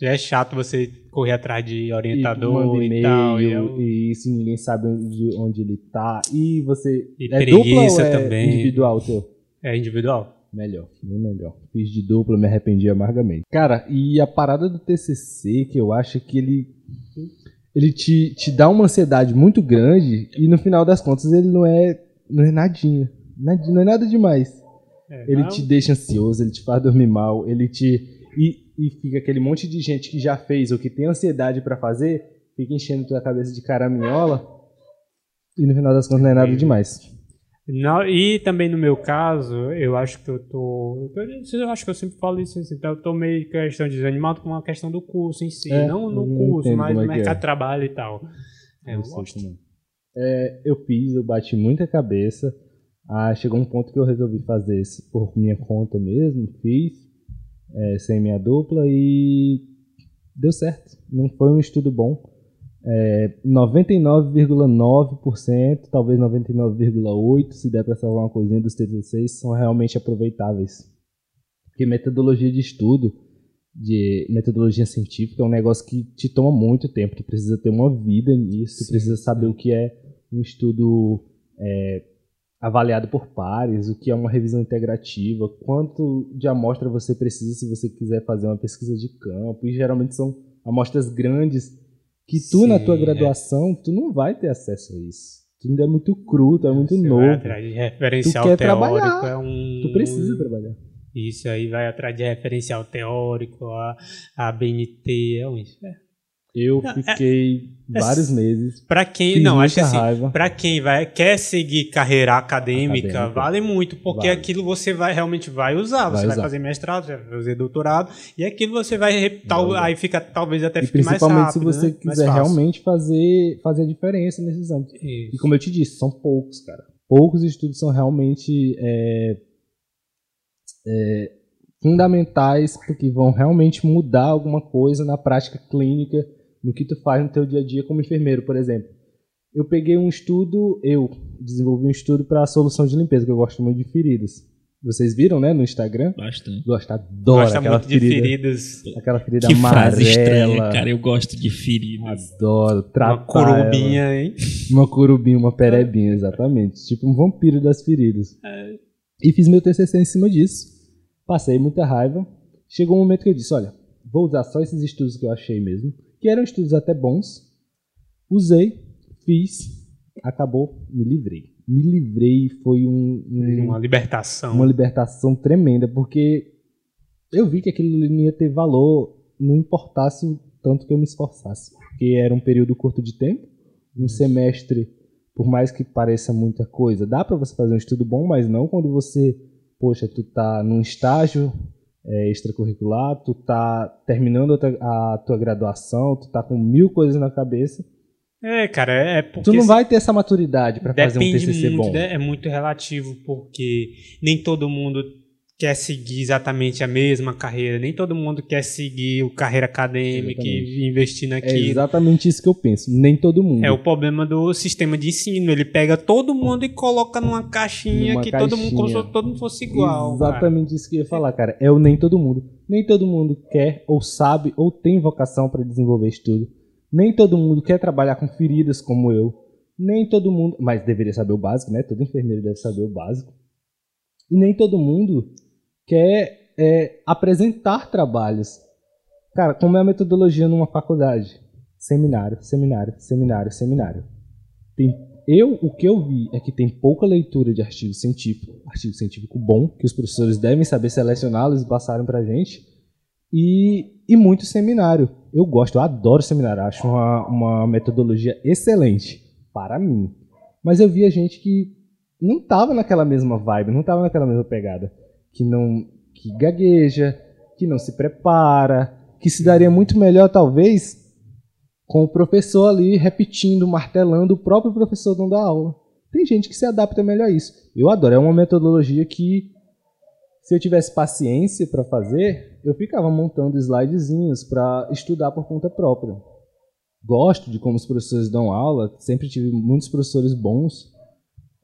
Já é chato você correr atrás de orientador
manda
e,
e-mail
tal.
e,
E é um- eu-
isso, e ninguém sabe onde, onde ele tá. E você.
E
é
preguiça
dupla ou é
também.
individual o teu?
É individual?
Melhor, bem melhor. Fiz de dupla, me arrependi amargamente. Cara, e a parada do TCC, que eu acho que ele. Ele te, te dá uma ansiedade muito grande e no final das contas ele não é. Não é nadinha. Nadi- Não é nada demais.
É,
Ele
mas-
te deixa ansioso, ele te faz dormir mal, ele te. E, e fica aquele monte de gente que já fez ou que tem ansiedade pra fazer, fica enchendo tua cabeça de caraminhola e no final das contas não é nada demais.
Não, e também no meu caso, eu acho que eu tô. Eu, eu acho que eu sempre falo isso, assim, então eu tô meio que questão de desanimado com a questão do curso em si.
É,
não no
eu
curso,
entendo
mas
como
no
é que
mercado
é.
de trabalho e tal. É, eu
sei
gosto.
como é. É, eu fiz, eu bati muita cabeça. Ah, chegou um ponto que eu resolvi fazer isso por minha conta mesmo, fiz, é, sem minha dupla e deu certo. Não foi um estudo bom. É, 99,9%, talvez 99,8%, se der para salvar uma coisinha dos 36, são realmente aproveitáveis. Porque metodologia de estudo, de metodologia científica é um negócio que te toma muito tempo. Tu precisa ter uma vida nisso, tu
Sim,
precisa saber o que é um estudo é, avaliado por pares, o que é uma revisão integrativa, quanto de amostra você precisa se você quiser fazer uma pesquisa de campo. E geralmente são amostras grandes que tu, na
Sim,
tua
é.
graduação, tu não vai ter acesso a isso. Tu ainda é muito cru, tu é muito
Você vai
novo.
atrás de referencial
Tu quer
teórico
trabalhar.
é um.
Tu precisa trabalhar.
Isso aí vai atrás de referencial teórico, a, a BNT, é um isso. É.
Eu
Não, é-
fiquei
é-
vários meses.
Pra quem.
Fiz
não,
muita
acho que assim.
raiva.
Pra quem vai, quer seguir carreira acadêmica,
Acadêmica.
vale muito, porque
Vale.
aquilo você vai realmente vai usar.
Vai
Você vai
usar.
fazer mestrado, você vai fazer doutorado, e aquilo você vai. re- tal-
usar.
aí fica, talvez até
E
fique mais
principalmente
rápido.
se você
né? Mais
quiser
fácil.
realmente fazer, fazer a diferença nesses âmbitos. E
Isso.
como eu te disse, são poucos, cara. Poucos estudos são realmente é, é, fundamentais porque vão realmente mudar alguma coisa na prática clínica, no que tu faz no teu dia a dia como enfermeiro, por exemplo. Eu peguei um estudo, eu desenvolvi um estudo para solução de limpeza, que eu gosto muito de feridas. Vocês viram, né, no Instagram?
Bastante.
Gosto, adoro
Gosta
aquela
muito de
ferida.
feridas.
Aquela ferida
que
amarela.
frase estranha, cara. Eu gosto de feridas.
Adoro, tratar
Uma corubinha, hein?
Uma curubinha, uma perebinha, exatamente. Tipo um vampiro das feridas.
É.
E fiz meu TCC em cima disso. Passei muita raiva. Chegou um momento que eu disse, olha, vou usar só esses estudos que eu achei mesmo. Que eram estudos até bons. Usei, fiz, acabou, me livrei. Me livrei e foi um- um,
Uma libertação.
uma libertação tremenda, porque eu vi que aquilo ali não ia ter valor, não importasse o tanto que eu me esforçasse. Porque era um período curto de tempo, um semestre, por mais que pareça muita coisa, dá para você fazer um estudo bom, mas não quando você, poxa, tu tá num estágio é, extracurricular, tu tá terminando a tua- a tua graduação, tu tá com mil coisas na cabeça,
É, cara, é é porque.
tu não
assim,
vai ter essa maturidade para fazer um
Depende
TCC
muito,
bom.
né? é muito relativo, porque nem todo mundo quer seguir exatamente a mesma carreira, nem todo mundo quer seguir o carreira acadêmica e investir
É
naquilo.
exatamente isso que eu penso. Nem todo mundo.
É, o problema do sistema de ensino, ele pega todo mundo e coloca numa caixinha
Numa
que todo mundo, como
caixinha.
se todo mundo fosse igual. cara.
Exatamente isso que eu ia falar, cara. É o nem todo mundo. Nem todo mundo quer, ou sabe, ou tem vocação para desenvolver estudo. Nem todo mundo quer trabalhar com feridas como eu. Nem todo mundo. Mas deveria saber o básico, né? Todo enfermeiro deve saber o básico. E nem todo mundo quer é, apresentar trabalhos. Cara, como é a metodologia numa faculdade? Seminário, seminário, seminário, seminário. Tem, eu, o que eu vi é que tem pouca leitura de artigo científico, artigo científico bom, que os professores devem saber selecioná-los e passarem pra gente, e, e muito seminário. Eu gosto, eu adoro seminário, acho uma, uma metodologia excelente para mim. Mas eu via gente que não tava naquela mesma vibe, não tava naquela mesma pegada, que não que gagueja, que não se prepara, que se daria muito melhor talvez com o professor ali repetindo, martelando, o próprio professor dando a aula. Tem gente que se adapta melhor a isso. Eu adoro, é uma metodologia que se eu tivesse paciência para fazer, eu ficava montando slidezinhos para estudar por conta própria. Gosto de como os professores dão aula, sempre tive muitos professores bons,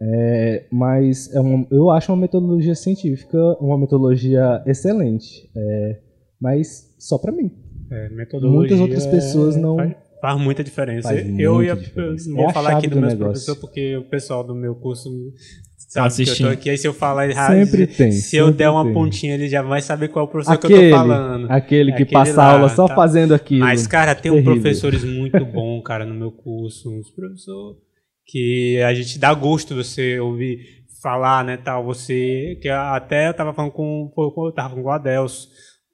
é, mas é uma- eu acho uma metodologia científica uma metodologia excelente, é, mas só para mim.
É, metodologia
Muitas outras pessoas
é-
não.
Faz, faz muita diferença.
Faz
eu
muita
ia,
diferença.
eu
É
vou
a
falar
chave
aqui do
do
meu
negócio.
professor, porque o pessoal do meu curso sabe que eu
assistindo.
tô aqui. Aí se eu falar errado,
Sempre tem,
Ah, se eu
sempre
der uma
tem.
pontinha, ele já vai saber qual é o professor que eu
Aquele,
tô falando.
aquele que
Aquele
passa
lá,
aula só
tá.
fazendo aquilo.
Mas, cara, tem
Terrível.
uns professores muito bons, cara, no meu curso. Uns professores que a gente dá gosto de você ouvir falar, né, tal. Você, que até eu tava falando com, foi quando eu tava com o Adelso,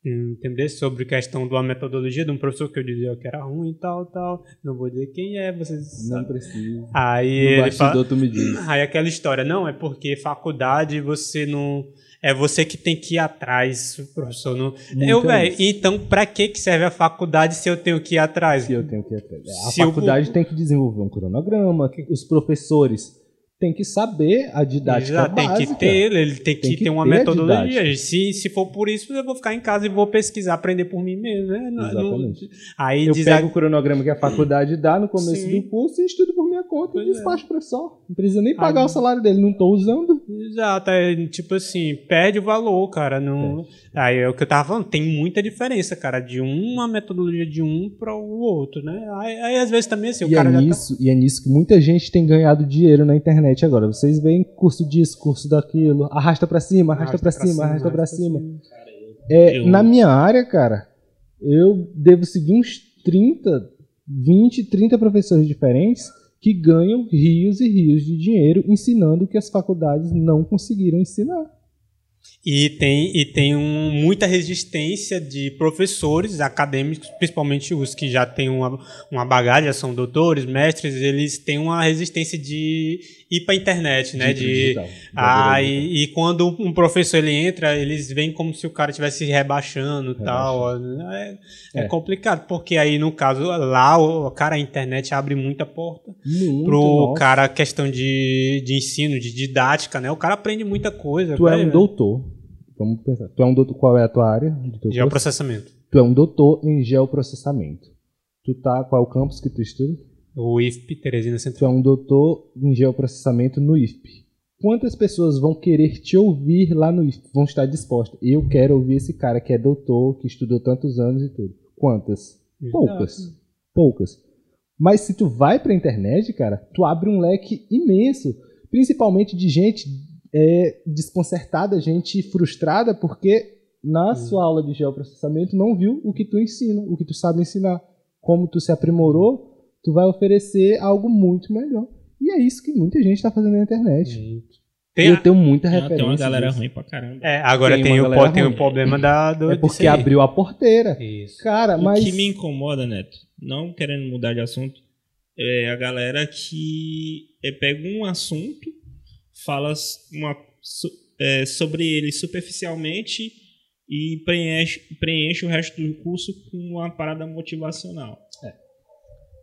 entender sobre questão de uma metodologia de um professor que eu dizia que era ruim e tal, tal. Não vou dizer quem é, vocês
Não
sabem.
precisa.
Aí
No
ele fala...
bastidor tu me diz.
Aí Ah, aquela história, não, é porque faculdade você não. É você que tem que ir atrás, professor. Não...
Muito é
Eu, velho,
isso.
então pra que que serve a faculdade se eu tenho que ir atrás?
que eu tenho que aprender. A
Se eu-
faculdade tem que desenvolver um cronograma, que os professores têm que saber a didática
Já tem
básica.
que ter ele, ele tem que
Tem que
ter uma
ter a
metodologia. Se, se for por isso, eu vou ficar em casa e vou pesquisar, aprender por mim mesmo. Né? Não-
Exatamente.
não- Aí
Eu
diz
pego o cronograma que a faculdade dá no começo
Sim.
do curso e estudo por minha conta
Pois
e
é.
despacho pro professor. Não precisa nem pagar
Ah,
o salário dele, não tô usando.
Exato, é, tipo assim, perde o valor, cara. Não... Aí é o que eu tava falando, tem muita diferença, cara, de uma metodologia de um para o outro, né? Aí, aí, às vezes também assim, o
e, é
cara já tá.
nisso, e é nisso que muita gente tem ganhado dinheiro na internet agora. Vocês veem curso disso, curso daquilo, arrasta pra cima, arrasta, pra, cima, arrasta pra cima. É,
Eu-
Na minha área, cara, eu devo seguir uns 30, 20, 30 professores diferentes que ganham rios e rios de dinheiro ensinando o que as faculdades não conseguiram ensinar.
E tem, e tem um- muita resistência de professores acadêmicos, principalmente os que já têm uma, uma bagagem, já são doutores, mestres, eles têm uma resistência de ir para a internet, né? De,
Então, um
ah,
né?
e, e quando um professor ele entra, eles veem como se o cara estivesse rebaixando e tal. É, é
É.
complicado, porque aí, no caso, lá, o cara, a internet abre muita porta
Muito,
pro
nossa.
cara questão de, de ensino, de didática, né? O cara aprende muita coisa.
Tu é
vai,
um
né?
doutor. Vamos pensar. Tu é um doutor. Qual é a tua área? do teu curso?
Geoprocessamento.
Tu é um doutor em geoprocessamento. Tu tá. Qual é o campus que tu estuda?
O IFP, Teresina
Tu
Central.
é um doutor em geoprocessamento no IFP. Quantas pessoas vão querer te ouvir lá no IFP? Vão estar dispostas. Eu quero ouvir esse cara que é doutor, que estudou tantos anos e tudo. Quantas? Poucas. Poucas. Mas se tu vai pra internet, cara, tu abre um leque imenso. Principalmente de gente é, desconcertada, gente frustrada, porque na sua aula de geoprocessamento não viu o que tu ensina, o que tu sabe ensinar. Como tu se aprimorou, tu vai oferecer algo muito melhor. E é isso que muita gente tá fazendo na internet.
Muito.
E
Tem a-
eu tenho muita
Tem,
referência.
tem uma galera
disso.
ruim pra caramba.
é, agora
tem
tem,
uma
o,
galera
po- tem
ruim.
o problema da. Do, disso
É
aí.
porque abriu a porteira.
Isso.
Cara, mas.
O que me incomoda, Neto, não querendo mudar de assunto, é a galera que é, pega um assunto, fala s- uma, so- é, sobre ele superficialmente e preenche, preenche o resto do curso com uma parada motivacional.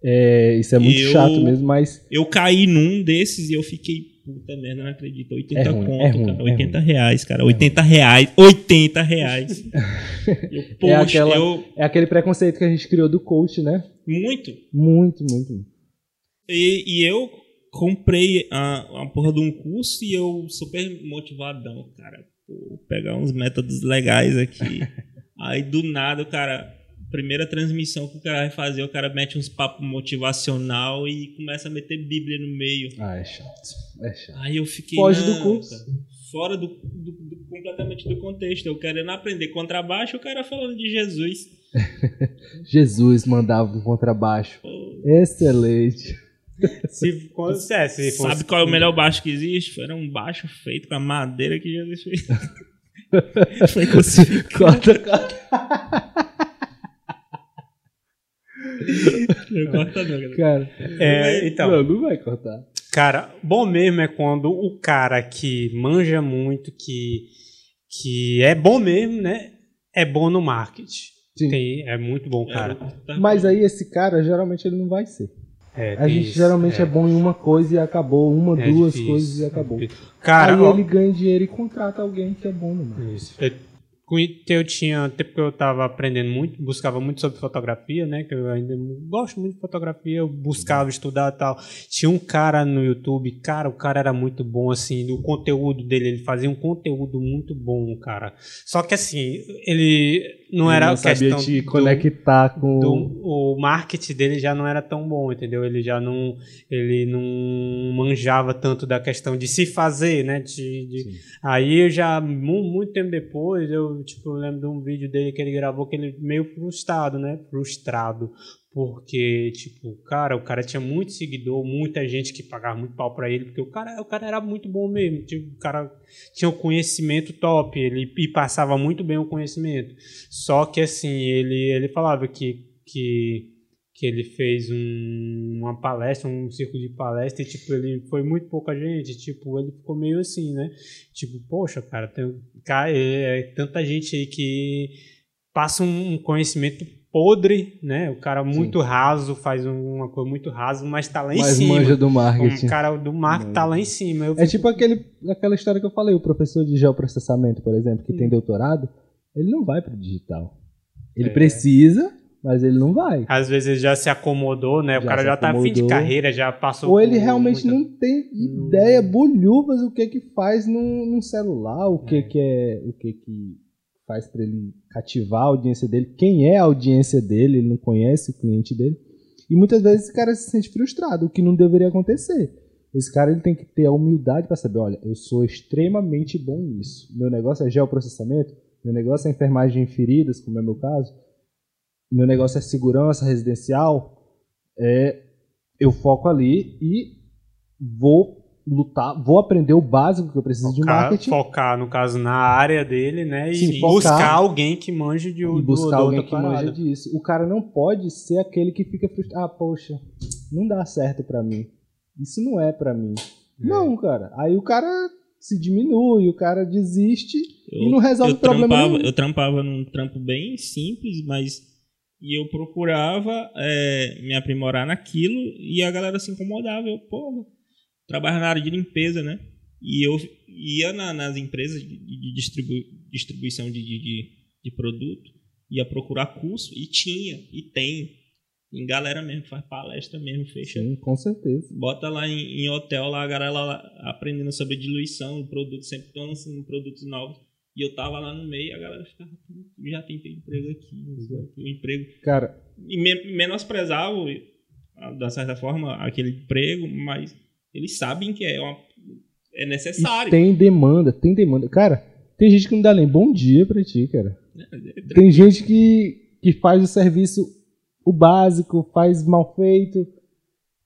É, isso é muito
Eu-
chato mesmo, mas.
Eu caí num desses e eu fiquei, puta merda, não acredito. 80
É ruim,
conto,
é ruim, é
cara.
ruim. É
80 reais, cara. 80 reais. 80 reais. eu, poxa,
É aquela-
eu.
É aquele preconceito que a gente criou do coach, né?
Muito.
Muito, muito.
E, e eu comprei a, a porra de um curso e eu super motivadão, cara. Vou pegar uns métodos legais aqui. Aí do nada, o cara, primeira transmissão que o cara vai fazer, o cara mete uns papos motivacional e começa a meter Bíblia no meio.
Ah, é chato. É chato.
Aí eu fiquei.
Foge
"Não,
do curso."
cara, Fora do, do- do- completamente do contexto. Eu querendo aprender contrabaixo, o cara falando de Jesus.
Jesus mandava um contrabaixo.
Pô,
Excelente.
Se, quando, é, se fosse-
Sabe qual é o melhor baixo que existe? Era um baixo feito com a madeira que Jesus fez. Foi crucificado.
Corta, corta.
Não corta não, galera.
Cara. né?
É, então.
Não, não vai cortar.
Cara, bom mesmo é quando o cara que manja muito, que, que é bom mesmo, né? É bom no marketing.
Sim.
Tem- é muito bom, cara.
Tá-
Mas aí esse cara, geralmente, ele não vai ser.
É,
A
tem
gente
isso,
geralmente é, bom em uma coisa e acabou. Uma,
é
duas
difícil,
coisas e
é
acabou.
difícil. Cara,
aí
ó,
ele ganha dinheiro e contrata alguém que é bom no mar.
Isso. Eu, conhe- eu tinha, até porque eu estava aprendendo muito, buscava muito sobre fotografia, né? Que eu ainda mu- gosto muito de fotografia, eu
Uhum.
buscava estudar e tal. Tinha um cara no YouTube, cara, o cara era muito bom, assim, o conteúdo dele, ele fazia um conteúdo muito bom, cara. Só que assim, ele. não
Ele
era
não sabia é
questão
te
do-
conectar com.
do- o marketing dele já não era tão bom, entendeu? Ele já não ele não manjava tanto da questão de se fazer, né? De, de-
Sim.
Aí eu já mu- muito tempo depois eu tipo eu lembro de um vídeo dele que ele gravou que ele meio frustrado, né? Frustrado porque tipo cara o cara tinha muito seguidor, muita gente que pagava muito pau pra ele porque o cara o cara era muito bom mesmo, tipo, o cara tinha um conhecimento top, ele e passava muito bem o conhecimento. Só que assim, ele, ele falava que, que, que ele fez um- uma palestra, um círculo de palestra, e tipo, ele foi muito pouca gente, tipo, ele ficou meio assim, né? Tipo, poxa, cara, tem cara, é, é tanta gente aí que passa um conhecimento podre, né? O cara muito raso, faz um, uma coisa muito rasa, mas tá lá em
Mas
cima.
manja do
o
marketing.
cara do marketing tá lá em cima. Eu
É tipo aquele, aquela história que eu falei, o professor de geoprocessamento, por exemplo, que tem
Hum.
doutorado, ele não vai pro digital. Ele
É.
precisa, mas ele não vai.
Às vezes ele já se acomodou, né? O
Já
cara
se
já tá fim de
acomodou.
carreira, já passou.
Ou ele
por
realmente
muita- Hum.
não tem ideia bolhuvas o que que faz num, num celular, o que que é, o que que faz pra ele cativar a audiência dele, quem é a audiência dele, ele não conhece o cliente dele. E muitas vezes esse cara se sente frustrado, o que não deveria acontecer. Esse cara ele tem que ter a humildade pra saber, olha, eu sou extremamente bom nisso. Meu negócio é geoprocessamento, meu negócio é enfermagem em feridas, como é meu caso. Meu negócio é segurança residencial, é, eu foco ali e vou lutar, vou aprender o básico que eu preciso Né, de
Focar,
marketing
focar, no caso, na área dele, né? E
Sim, focar.
buscar alguém que manje de
e
do-
buscar
da
alguém
outra
que manja
parada.
disso. O cara não pode ser aquele que fica frustrado. Ah, poxa, não dá certo pra mim. Isso não é pra mim. Não, cara. Aí o cara se diminui, o cara desiste e não resolve
eu
o problema
trampava,
nenhum.
eu trampava num trampo bem simples, mas e eu procurava é, me aprimorar naquilo e a galera se incomodava. Eu, pô, trabalho na área de limpeza, né? E eu ia na- nas empresas de, de distribu- distribuição de, de- de- de produto, ia procurar curso e tinha, e tem. Tem galera mesmo, que faz palestra mesmo, fecha
Sim, com certeza.
Bota lá em, em hotel, lá a galera lá aprendendo sobre diluição, o produto, sempre estão lançando produtos novos. E eu tava lá no meio, a galera ficava, "Pô, já tentei emprego aqui,
Uhum.
isso aqui, um emprego.
Cara,
E me- menosprezava, ah, da certa forma, aquele emprego, mas eles sabem que é, uma- é
e
necessário.
tem demanda, tem demanda. Cara, tem gente que não dá nem bom dia pra ti, cara.
né? É tra-
Tem gente que, que faz o serviço, o básico, faz mal feito.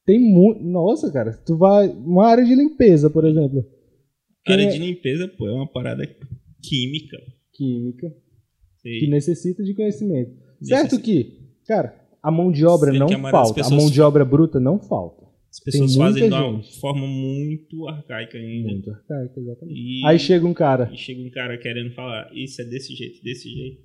Tem muito. Nossa, cara, tu vai. Uma área de limpeza, por exemplo.
área
é-
de limpeza, pô, é uma parada química.
Química,
Você-
que necessita de conhecimento.
Necessita.
Certo que, cara, a mão de obra
Sendo
não
que a maioria das
falta. A
pessoas-
mão de obra bruta não falta.
As pessoas
tem muita
fazem de uma
gente.
forma muito arcaica ainda.
Muito arcaico, É, exatamente.
E-
Aí chega um cara,
E chega um cara querendo falar, isso é desse jeito, desse jeito.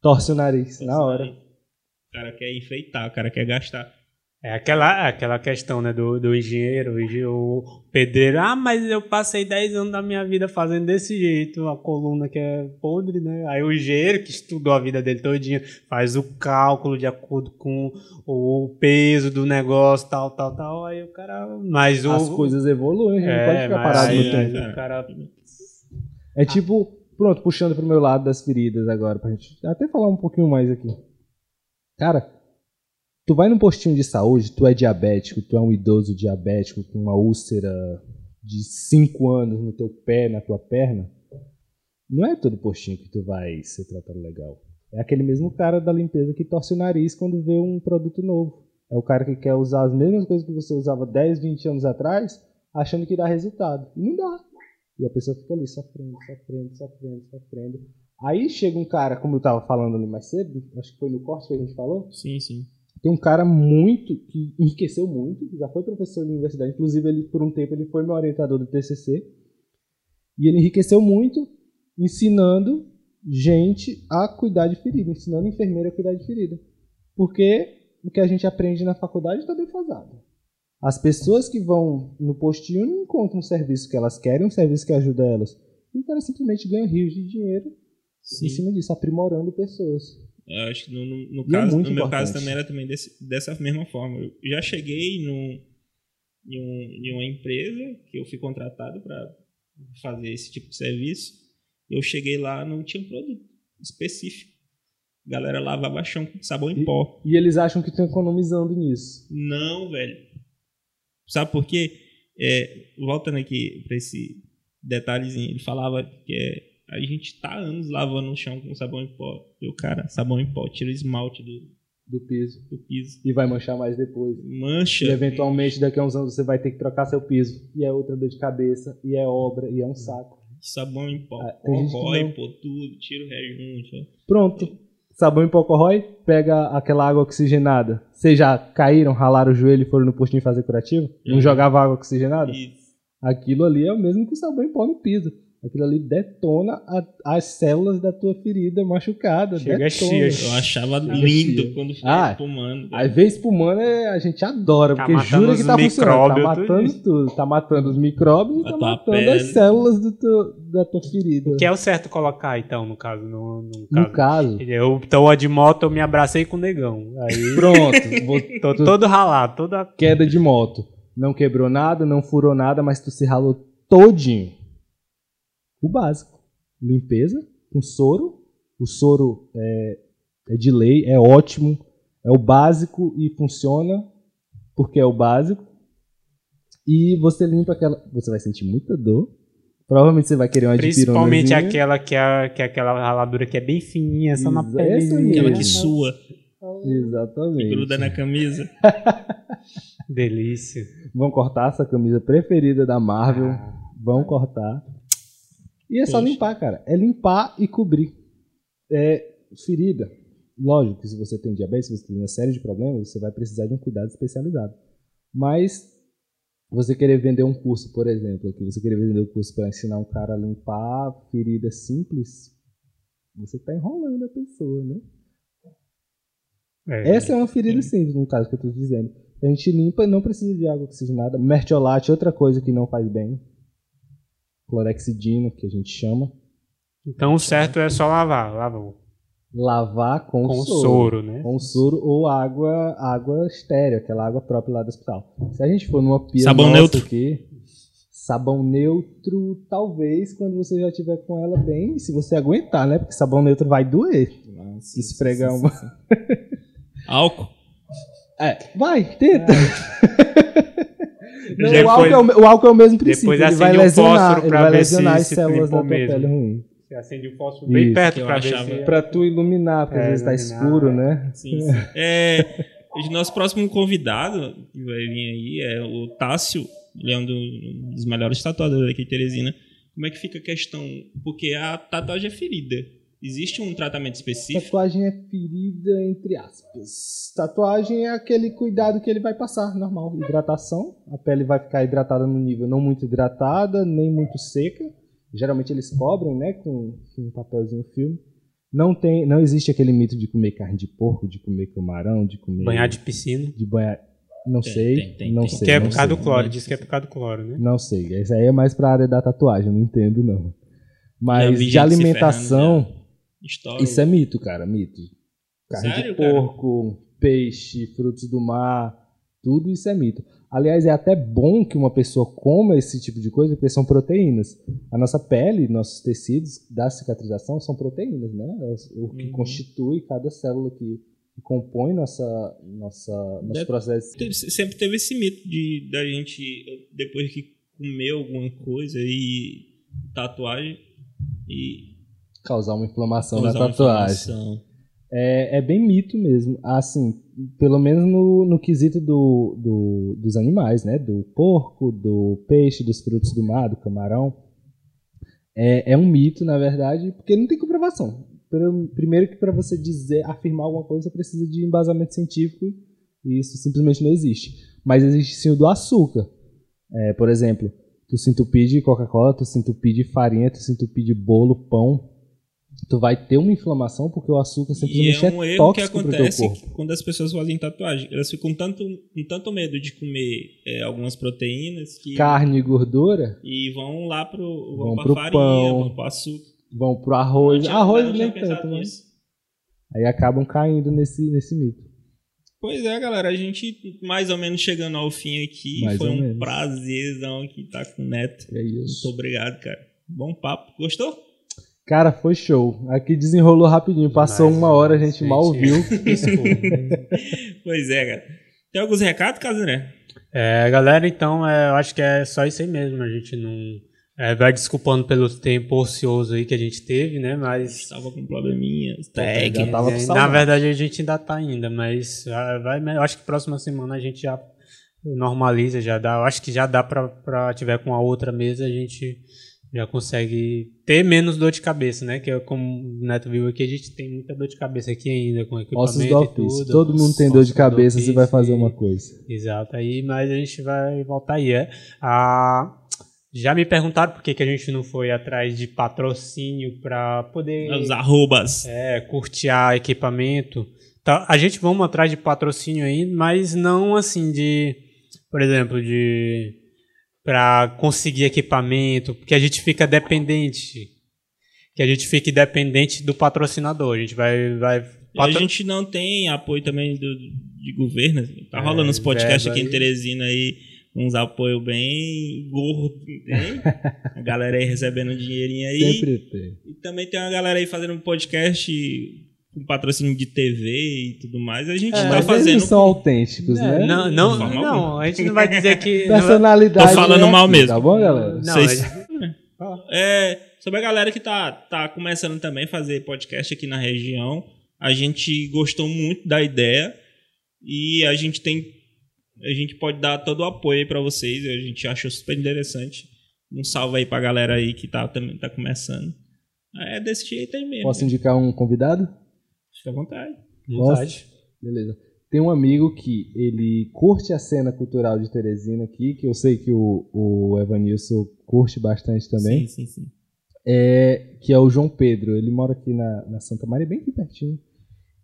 torce o nariz na hora.
assim, né? O cara quer enfeitar, o cara quer gastar.
É aquela, aquela questão, né? Do, do engenheiro, o engen- o pedreiro. Ah, mas eu passei 10 anos da minha vida fazendo desse jeito, a coluna que é podre, né? Aí o engenheiro que estudou a vida dele todinha faz o cálculo de acordo com o peso do negócio, tal, tal, tal. Aí o cara. Mas o.
As coisas evoluem, a gente não pode
É,
ficar
mas
parado no
aí,
aí,
tempo.
o cara
É tipo, pronto, puxando pro meu lado das feridas agora, pra gente até falar um pouquinho mais aqui. Cara, tu vai num postinho de saúde, tu é diabético, tu é um idoso diabético com uma úlcera de 5 anos no teu pé, na tua perna. Não é todo postinho que tu vai ser tratado legal. É aquele mesmo cara da limpeza que torce o nariz quando vê um produto novo. É o cara que quer usar as mesmas coisas que você usava 10, 20 anos atrás, achando que dá resultado. E não dá. E a pessoa fica ali sofrendo, sofrendo, sofrendo, sofrendo. Aí chega um cara, como eu tava falando ali mais cedo, acho que foi no corte que a gente falou,
Sim, sim.
tem um cara muito, que enriqueceu muito, já foi professor de universidade, inclusive ele, por um tempo ele foi meu orientador do TCC, e ele enriqueceu muito ensinando gente a cuidar de ferida, ensinando enfermeira a cuidar de ferida. Porque o que a gente aprende na faculdade está defasado. As pessoas que vão no postinho não encontram um serviço que elas querem, um serviço que ajuda elas. E o cara simplesmente ganha rios de dinheiro em
sim.
cima disso, aprimorando pessoas.
Eu acho que no, no- no
E é
caso,
muito
no meu caso
importante.
também era também desse- dessa mesma forma. Eu já cheguei num, em, um- em uma empresa que eu fui contratado para fazer esse tipo de serviço. Eu cheguei lá, não tinha um produto específico. A galera lava baixão com sabão em
E-
pó.
E eles acham que estão economizando nisso.
Não, velho. Sabe por quê? É, voltando aqui pra esse detalhezinho, ele falava que é, a gente tá há anos lavando o chão com sabão em pó. E o cara, sabão em pó, tira o esmalte do,
Do piso.
do piso.
E vai manchar mais depois.
Mancha.
E eventualmente, daqui a uns anos, você vai ter que trocar seu piso. E é outra dor de cabeça, e é obra, e é um saco.
Sabão em pó.
Ah, tem gente que
Corrói,
não.
pô, tudo. Tira o rejunte.
Pronto. Sabão em pó corrói, pega aquela água oxigenada. Vocês já caíram, ralaram o joelho e foram no postinho fazer curativo? Não
Uhum.
jogava água
ó.
oxigenada?
E
Aquilo ali é o mesmo que o sabão em pó no piso. Aquilo ali detona a- as células da tua ferida machucada.
Chega
detona.
cheio.
Eu achava
Chega
lindo
cheio.
quando ficava
né? Ah,
espumando.
Às vezes espumando é- a gente adora,
Tá
porque
matando
jura
os
que tá funcionando. Tá
micróbios, tudo
matando tudo, Tá matando os micróbios e
A
tá
tua
matando as
pele.
células do teu- da tua ferida.
Que é o certo colocar, então, no caso. No, no
No
caso.
caso.
Eu tô de moto, Então, eu me abracei com o negão. Aí
Pronto, vou-
tô
tu- é
todo ralado, toda.
queda de moto. Não quebrou nada, não furou nada, mas tu se ralou todinho. O básico. Limpeza, um soro. O soro é, é de lei, é ótimo. É o básico e funciona porque é o básico. E você limpa aquela... Você vai sentir muita dor. Provavelmente você vai querer uma
Principalmente
dipironazinha.
aquela que é, que é aquela raladura que é bem fininha, só na
Isso,
pele.
essa aí.
Aquela que sua, que
Exatamente.
gruda na camisa.
Delícia.
Vão cortar essa camisa preferida da Marvel. Vão cortar. E é só
Poxa.
limpar, cara. É limpar e cobrir. É ferida. Lógico que se você tem diabetes, se você tem uma série de problemas, você vai precisar de um cuidado especializado. Mas você querer vender um curso, por exemplo, que você querer vender um curso para ensinar um cara a limpar ferida simples, você tá enrolando a pessoa, né?
É.
Essa é uma ferida simples, no caso que eu tô dizendo. A gente limpa e não precisa de água oxigenada. Mertiolate, outra coisa que não faz bem. Clorexidina, que a gente chama.
Então o certo é só lavar, lavar
Lavar com,
com
soro.
soro, né?
Com soro ou água, água estéreo, aquela água própria lá do hospital. Se a gente for numa pia
Sabão
nossa
neutro.
aqui, sabão neutro, talvez quando você já tiver com ela bem, se você aguentar, né? Porque sabão neutro vai doer. Se esfregar uma.
Álcool.
É, vai, tenta. Não,
Depois-
o, álcool é o, me- o álcool é o mesmo
depois
princípio. Ele vai
acende um
lesionar,
fósforo
ele
pra
vai
ver
lesionar
se-
as
se
células da tua
limpou mesmo.
pele ruim.
Você acende o fósforo bem
Isso,
que
perto
eu
pra ver
achava.
se...
Pra tu iluminar, porque
É,
às vezes tá
iluminar,
escuro, né?
Sim, sim. É, o nosso próximo convidado que vai vir aí é o Tássio, ele é um do- um dos melhores tatuadores aqui de Teresina. Como é que fica a questão? Porque a tatuagem é ferida. Existe um tratamento específico?
Tatuagem é ferida, entre aspas. Tatuagem é aquele cuidado que ele vai passar, normal. Hidratação. A pele vai ficar hidratada no nível não muito hidratada, nem muito seca. Geralmente eles cobrem, né, com, com um papelzinho filme. Não, tem, não existe aquele mito de comer carne de porco, de comer camarão, de comer.
Banhar de piscina.
de banhar. Não
Tem,
sei.
tem, tem,
não
tem.
sei.
Que é
não
por causa
sei.
do cloro, diz que é por causa do cloro, né?
Não sei. Isso aí é mais pra área da tatuagem, não entendo, não.
Já vi
Mas
gente se
de alimentação,
né? História.
isso é mito, cara. Mito. Carne
Sério,
de
cara?
porco, peixe, frutos do mar, tudo isso é mito. Aliás, é até bom que uma pessoa coma esse tipo de coisa, porque são proteínas. A nossa pele, nossos tecidos da cicatrização são proteínas, né? É O que
Uhum.
constitui cada célula que, que compõe nossa, nossa, nosso
Deve-
processo.
Teve- sempre teve esse mito de da gente depois que comer alguma coisa e tatuagem e
causar uma inflamação
causar
na
uma
tatuagem.
inflamação.
É, é bem mito mesmo. Assim, pelo menos no, no quesito do, do- dos animais, né? Do porco, do peixe, dos frutos do mar, do camarão. É, é um mito, na verdade, porque não tem comprovação. Pelo- Primeiro que para você dizer, afirmar alguma coisa, você precisa de embasamento científico e isso simplesmente não existe. Mas existe sim o do açúcar. É, por exemplo, tu se entupir de Coca-Cola, tu se entupir de farinha, tu se entupir de bolo, pão. Tu vai ter uma inflamação porque o açúcar
E
simplesmente
é um
é
erro que
tóxico pro teu
acontece
corpo.
quando as pessoas fazem tatuagem. Elas ficam tanto, com tanto medo de comer é, algumas proteínas que
Carne e gordura
e vão lá pro vão,
Vão
pra
pro
farinha,
pão.
vão pro açúcar.
vão pro
Eu
arroz.
tinha- eu
arroz
tinha
nem
pensado
tanto, mas
nisso.
aí acabam caindo nesse, nesse mito.
Pois é, galera, a gente mais ou menos chegando ao fim aqui.
Mais
Foi
ou
um
menos.
prazerzão aqui estar com o Neto.
É
Muito
isso.
obrigado, cara. Bom papo. Gostou?
Cara, foi show. Aqui desenrolou rapidinho. Passou
Mas,
uma hora, a gente,
gente, é.
mal ouviu.
Pois é, cara. Tem alguns recados, Casandré?
É, galera, então é, eu acho que é só isso aí mesmo. A gente não. é, vai desculpando pelo tempo ocioso aí que a gente teve, né? Mas.
Estava com probleminhas, tag.
já tava com
é, na
saudade.
verdade, a gente ainda tá ainda, mas ah, vai, eu acho que próxima semana a gente já normaliza, já dá. Eu acho que já dá pra, pra tiver com a outra mesa, a gente já consegue ter menos dor de cabeça, né? Que é como o Neto viu aqui, a gente tem muita dor de cabeça aqui ainda com equipamento
Ossos do
e tudo.
ofício. Todo mundo tem dor de
Ossos do
cabeça se vai
ofício
fazer
e-
uma coisa.
Exato, aí, mas a gente vai voltar aí. É. Ah, já me perguntaram por que, que a gente não foi atrás de patrocínio para poder
Os arrobas.
é, curtear equipamento. Tá, a gente vamos atrás de patrocínio aí, mas não assim de, por exemplo, de para conseguir equipamento, porque a gente fica dependente. Que a gente fica dependente do patrocinador. A gente vai. vai
E A
patro-
gente não tem apoio também do, de governo. Tá
É,
rolando uns podcasts
verba
aqui em
aí.
Teresina aí, uns apoio bem gordo, hein? A galera aí recebendo um dinheirinho aí.
Sempre tem.
E também tem uma galera aí fazendo um podcast com patrocínio de TV e tudo mais. A gente
É,
tá
Mas
fazendo.
eles são autênticos, né?
Não, não,
De forma
não, a gente não vai dizer que. não vai-
Personalidade.
Tô falando
é aqui,
mal mesmo.
Tá bom, Tá galera?
Não,
Vocês-
mas-
É, sobre a galera que tá, tá começando também a fazer podcast aqui na região. A gente gostou muito da ideia e a gente tem. A gente pode dar todo o apoio aí pra vocês. A gente achou super interessante. Um salve aí pra galera aí que tá, também tá começando. É desse jeito aí mesmo.
Posso indicar um convidado?
Fica à vontade.
Vontade.
Beleza. Tem um amigo que ele curte a cena cultural de Teresina aqui, que eu sei que o, o Evanilson curte bastante também,
Sim, sim, sim.
é, que é o João Pedro. Ele mora aqui na, na Santa Maria, bem aqui pertinho.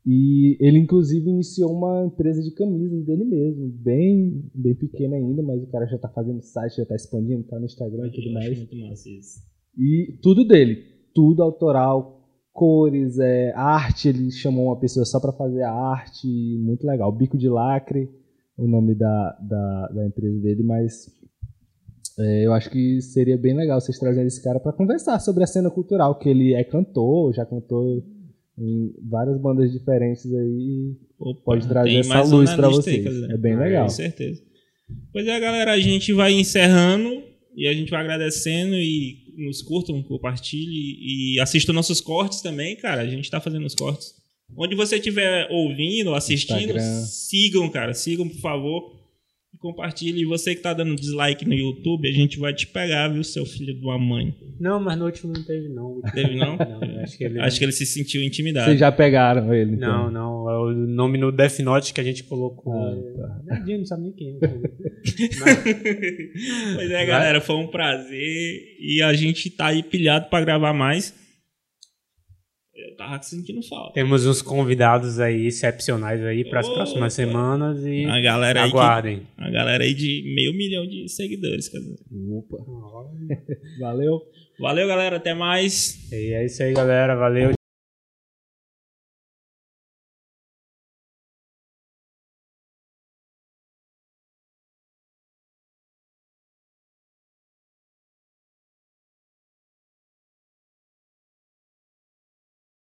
E ele, inclusive, iniciou uma empresa de camisas dele mesmo, bem, bem pequena ainda, mas o cara já tá fazendo site, já tá expandindo, tá no Instagram e tudo
Eu acho
mais.
muito massa isso.
E tudo dele, tudo autoral, cores, é, arte, ele chamou uma pessoa só pra fazer a arte, muito legal. Bico de Lacre, o nome da, da, da empresa dele, mas é, eu acho que seria bem legal vocês trazerem esse cara pra conversar sobre a cena cultural, que ele é cantor, já cantou em várias bandas diferentes aí,
Opa,
pode trazer
tem
essa
mais um
luz
na
pra
lista
vocês.
quer dizer.
É bem legal.
Com certeza. Pois é, galera, a gente vai encerrando e a gente vai agradecendo e nos curtam, compartilhe e assistam nossos cortes também, cara. A gente tá fazendo os cortes. Onde você estiver ouvindo, assistindo,
Instagram.
sigam, cara. Sigam, por favor. E compartilhe. E você que tá dando dislike no YouTube, a gente vai te pegar, viu, seu filho de uma mãe.
Não, mas no último não teve, não.
Teve, não?
Não, acho que ele.
Acho que ele se sentiu intimidado.
Vocês já pegaram ele,
Não,
então.
não. é O nome no Death Note que a gente colocou.
Ah, tá.
Nadinho, não sabe nem quem. é, né? Mas-
Pois é, galera, foi um prazer e a gente tá aí pilhado pra gravar mais. Eu tava sentindo falta.
temos uns convidados aí excepcionais aí para as
Opa.
próximas semanas e
A galera Ah, aí, que-
aguardem.
a galera aí de meio milhão de seguidores. cara.
Opa, valeu.
Valeu, galera, até mais.
E é isso aí, galera. Valeu,